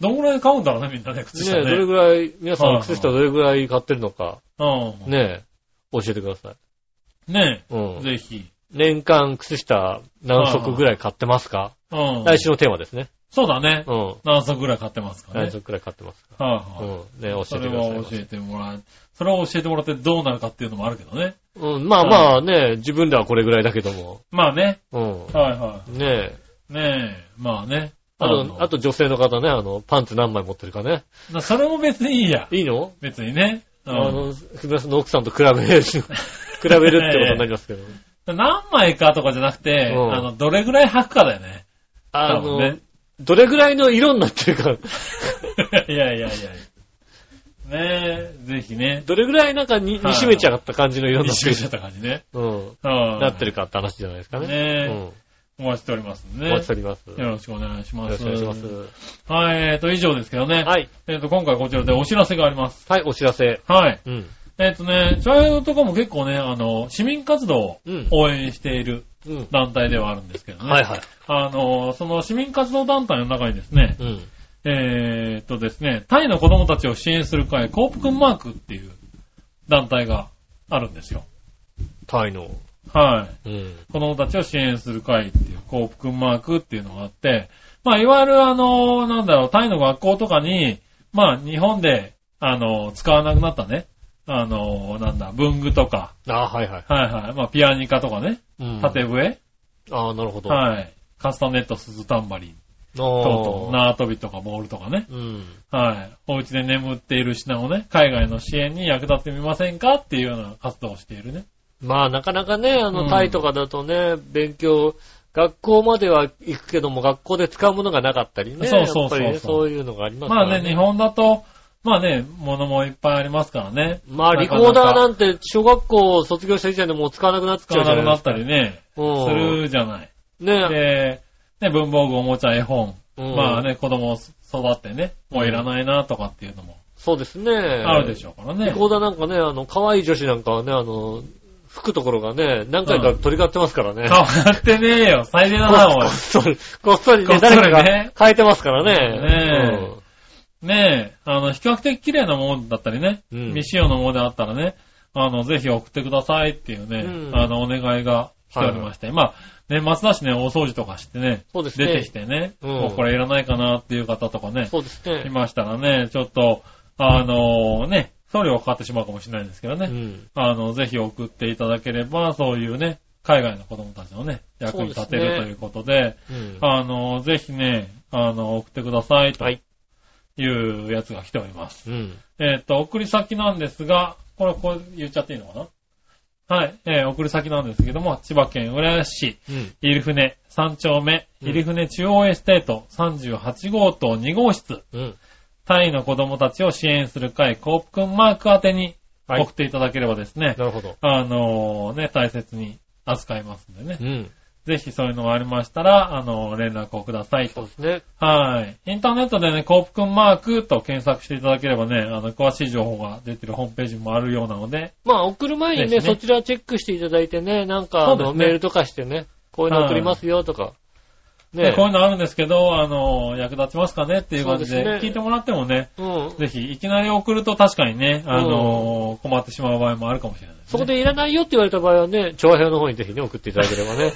どんぐらい買うんだろうね、みんなね、靴
ね
下ね。
どれぐらい、皆さん
はい
靴下どれぐらい買ってるのか、
うん。ね
ね教えてください。うん。
ぜひ。
年間靴下何足ぐらい買ってますか
うん。
来週のテーマですね。
そうだね。
うん。
何足ぐらい買ってますかね。
何
はい
足ぐらい買ってますかう
はい
ん。ね教
そ
えて
れ
くださ
はい教。えてもらえ、それは教えてもらってどうなるかっていうのもあるけどね。
うん、まあまあね、自分ではこれぐらいだけども。
まあね。
う
はいは
ん。ねえ。
い。ねえ、まあね。
あ
の
と、あと女性の方ね、あの、パンツ何枚持ってるかね。
なそれも別にいいや。
いいの
別にね。う
あ
ん
の、ふみさんの奥さんと比べる、 比べるってことになりますけど。
何枚かとかじゃなくて、
うん
あの、どれぐらい履くかだよね。
あ
多分
の、
ね
どれぐらいの色になってるか、
いやいやいやいや。ねえ、ぜひね。
どれぐらいなんかに煮
はい
しめちゃった感じの色にな
一
って
周
る
しちゃった感じね。
うん。
うん。
なってるかって話じゃないですかね。
ねえ
うん。
お待ちしておりますんで
お
ね。
待ちしております。よ
よろしくお願いしま
ろし
す。
くお願いします。
はい、えっと、以上ですけどね。
はい。
えっと、今回こちらでお知らせがあります。
はい、お知らせ。
はい。
うん。
えっとね、チャイルとかも結構ね、あの、市民活動を
うん
応援している
うん。
団体ではあるんですけどね。
はいはい。
あの、その市民活動団体の中にですね、
うん。
えーっとですね、タイの子供たちを支援する会、コープくんマークっていう団体があるんですよ。
タイの。
はい。
うん。
子供たちを支援する会っていう、幸福マークっていうのがあって、まあ、いわゆるあの、なんだろう、タイの学校とかに、まあ、日本で、あの、使わなくなったね、あの、なんだ、文具とか、
あはいはい。
はいはい、まあ、ピアニカとかね、
うん
縦笛、
ああ、なるほど。い。
はい、カスタネット、鈴タンバリン、等々、縄跳びとかボールとかね、
うん。
はい、お家で眠っている品をね、海外の支援に役立ってみませんかっていうような活動をしているね。
まあ、なかなかね、あ
うん
の、タイとかだとね、勉強、学校までは行くけども、学校で使うものがなかったりね。
そうそうそうそう
やっぱりねそういうのがありますか
ま
ら
あね、日。本だと、まあね、物もいっぱいありますからね。
まあ、リコーダーなんて、小学校を卒業した時点でもう使わなくなっち
使
ゃ
わ
うじ
な
ゃ
く
ないで
なっ
す
た
か。
りね、す
うん。
るじゃない。
ね
で、ね、文房具、おもちゃ、絵本、
うん
まあね、子供を育ってね、もういらないなとかっていうのも
そうですね。
あ
あ
るでしょうからね。
リコーダーなんかね、あの、可愛い女子なんかはね、あの、吹くところがね、何回か取り替わってますからね。
変わってねえよ、最低だ
こ
な、おい
っ。そり、こっそり
こ
ね、
っそりね
誰かが変えてますからね。
ねえねえ、あの、比較的綺麗なものだったりね、
うん
未使用のものであったらね、あの、ぜひ送ってくださいっていうね、
うん
あの、お願いが来ておりまして、まあ、年末だしね、大掃除とかしてね、
そうですね
出てきてね、
うん
もうこれいらないかなっていう方とかね、
そうです
い
ね。
ましたらね、ちょっと、あのね、送料かかってしまうかもしれないんですけどね、
うん
あの、ぜひ送っていただければ、そういうね、海外の子供たちのね、役に立
そ
て
うで
る
すね
ということで、
うん
あの、ぜひね、あの、送ってくださいと
はい
いうやつが来ております。
うん。
えっ、と、送り先なんですが、これ、こう言っちゃっていいのかなはい、えー送り先なんですけども、千葉県浦安市、
うん。
入船3丁目、
うん
入船中央エステート38号棟2号室、
うん。
タイの子供たちを支援する会、コープくんマーク宛てに
はい
送っていただければですね、
なるほど。
あのーね、大切に扱いますんでね
う。ん。
ぜひそういうのがありましたら、あのー連絡をください
そう
と
で。すね。
はい。インターネットでね、コープくんマークと検索していただければね、あの、詳しい情報が出てるホームページもあるようなので、
まあ、送る前に
ぜ
ね、
ひね
そちらチェックしていただいてね、なんか、あ
そうです
の、
ね
メールとかしてね、こういうの送りますよとか。
ね
ね
こういうのあるんですけど、あのー役立ちますかねっていう感じで
そうですね
聞いてもらってもね、
うん。
ぜひ、いきなり送ると確かにね、あのー困ってしまう場合もあるかもしれない、ね。
そこでいらないよって言われた場合はね、長編の方にぜひね、送っていただければ ね。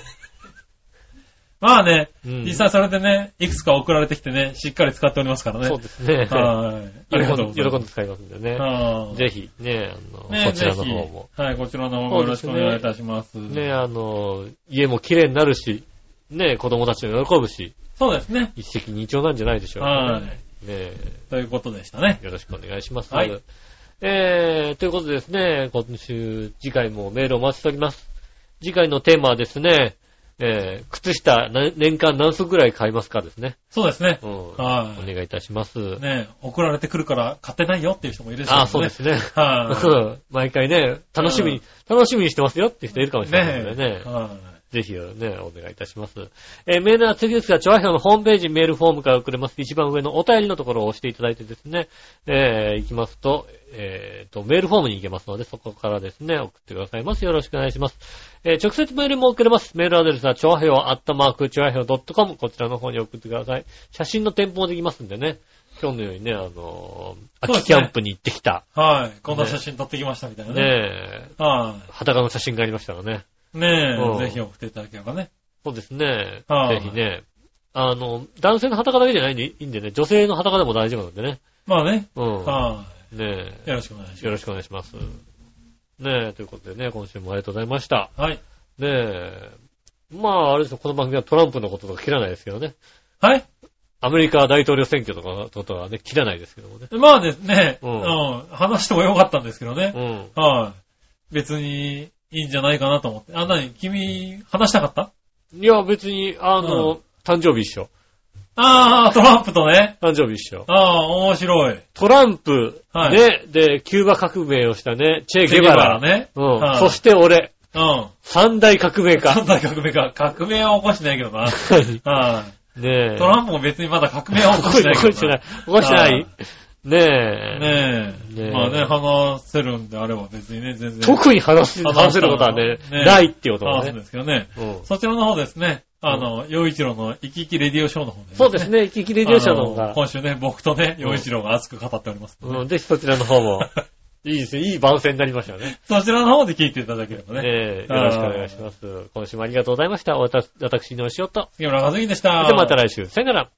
まあね、
うん
実際それでね、いくつか送られてきてね、しっかり使っておりますからね。
そうですね。
はい。あり
喜
が
ん
とうござ
で、喜
い
ん
ま。
です使いますんでね。
はい
ぜひ、ね、あの、
ね
こちらの方も。。
ぜひはい、こちらの方もよろしくお願いいたします。
ね、あの、家も綺麗になるし、ね、子供たちも喜ぶし、
そうですね。
一石二鳥なんじゃないでしょうかね。
はい。
ねえ。
ということでしたね。
よろしくお願いします。
はい
えー、ということでですね、今週、次回もメールお待ちしております。次回のテーマはですね、えー、靴下、な年間何足ぐらい買いますかですね。
そうですね
う。ん。お
は
願いいたします。
い。ね送られてくるから買ってないよっていう人もいるでしょ
あー、そうですね。
は
毎回ね、楽しみに、
うん
楽しみにしてますよって人いるかも
い。
しれない
ね
のでね
え。は
ぜひね、お願いいたします。えーメールは次ですが、調和表のホームページメールフォームから送れます。一番上のお便りのところを押していただいてですね、えー行きますと、えーと、メールフォームに行けますので、そこからですね、送ってくださいます。よろしくお願いします。えー直接メールも送れます。メールアドレスは、調和表、アットマーク、調和表 .com、こちらの方に送ってください。写真の添付もできますんでね、今日のようにね、あのー
そうで
秋
す
キ
ね
ャンプに行ってきた、
い。はい。こんな写真撮ってきましたみたいな
ね
ね。
え
は
裸の写真がありましたらね。
い。ね
うん
え、ぜひ送っていただければね。
そうですね。
はい
ぜひね。あの、男性の裸だけじゃないんでいいんでね、女性の裸でも大丈夫なんでね。
まあね。
うん。
は
ね
い。よろしくお願いします
え。よろしくお願いします。ねえ、ということでね、今週もありがとうございました。
はい。
ねえ。まあ、あれですよ、この番組はトランプのこととか切らないですけどね。
はい。
アメリカ大統領選挙とかのことはね、切らないですけどもね。
まあですね、
う
うんん、話してもよかったんですけどね
う。ん。
はい。別に、いいんじゃないかなと思って。あ、なに、君、話したかった
いや、別に、あの、
う
誕生日一緒。
ああ、トランプとね。
誕生日一緒。
ああ、面白い。
トランプ、
はい
ね、で、キューバ革命をしたね、チェ・ゲバラ。
ね。
うん。
はい
そして俺、
うん。
三大革命家
そ。んな革命か。革命は起こしてないけど な。
ね
はい。
え。
トランプも別にまだ革命は起こ
怒
してないけ
起こし
ど
て
な
ない。。起こしてないねえ。
ね
ねえ
え。まあね、話せるんであれば別にね、全然。
特に話す、話せることはね、
ねえ
ないっていうこと
話
は
すん
ね。
ですけどね。
うん
そちらの方ですね。あの、洋一郎の生き生きレディオショーの方で
そうですね、生き生きレディオ社の方
あの
が。
今週ね、僕とね、洋一郎が熱く語っております。
うん、ぜひそちらの方 も。いいですね、いい番宣になりましたよね。
そちらの方で聞いていただければね。
ねえ、よろしくお願いします。今週もありがとうございました。わた私、のお仕事。
杉村和樹でした。
ではまた来週。さよなら。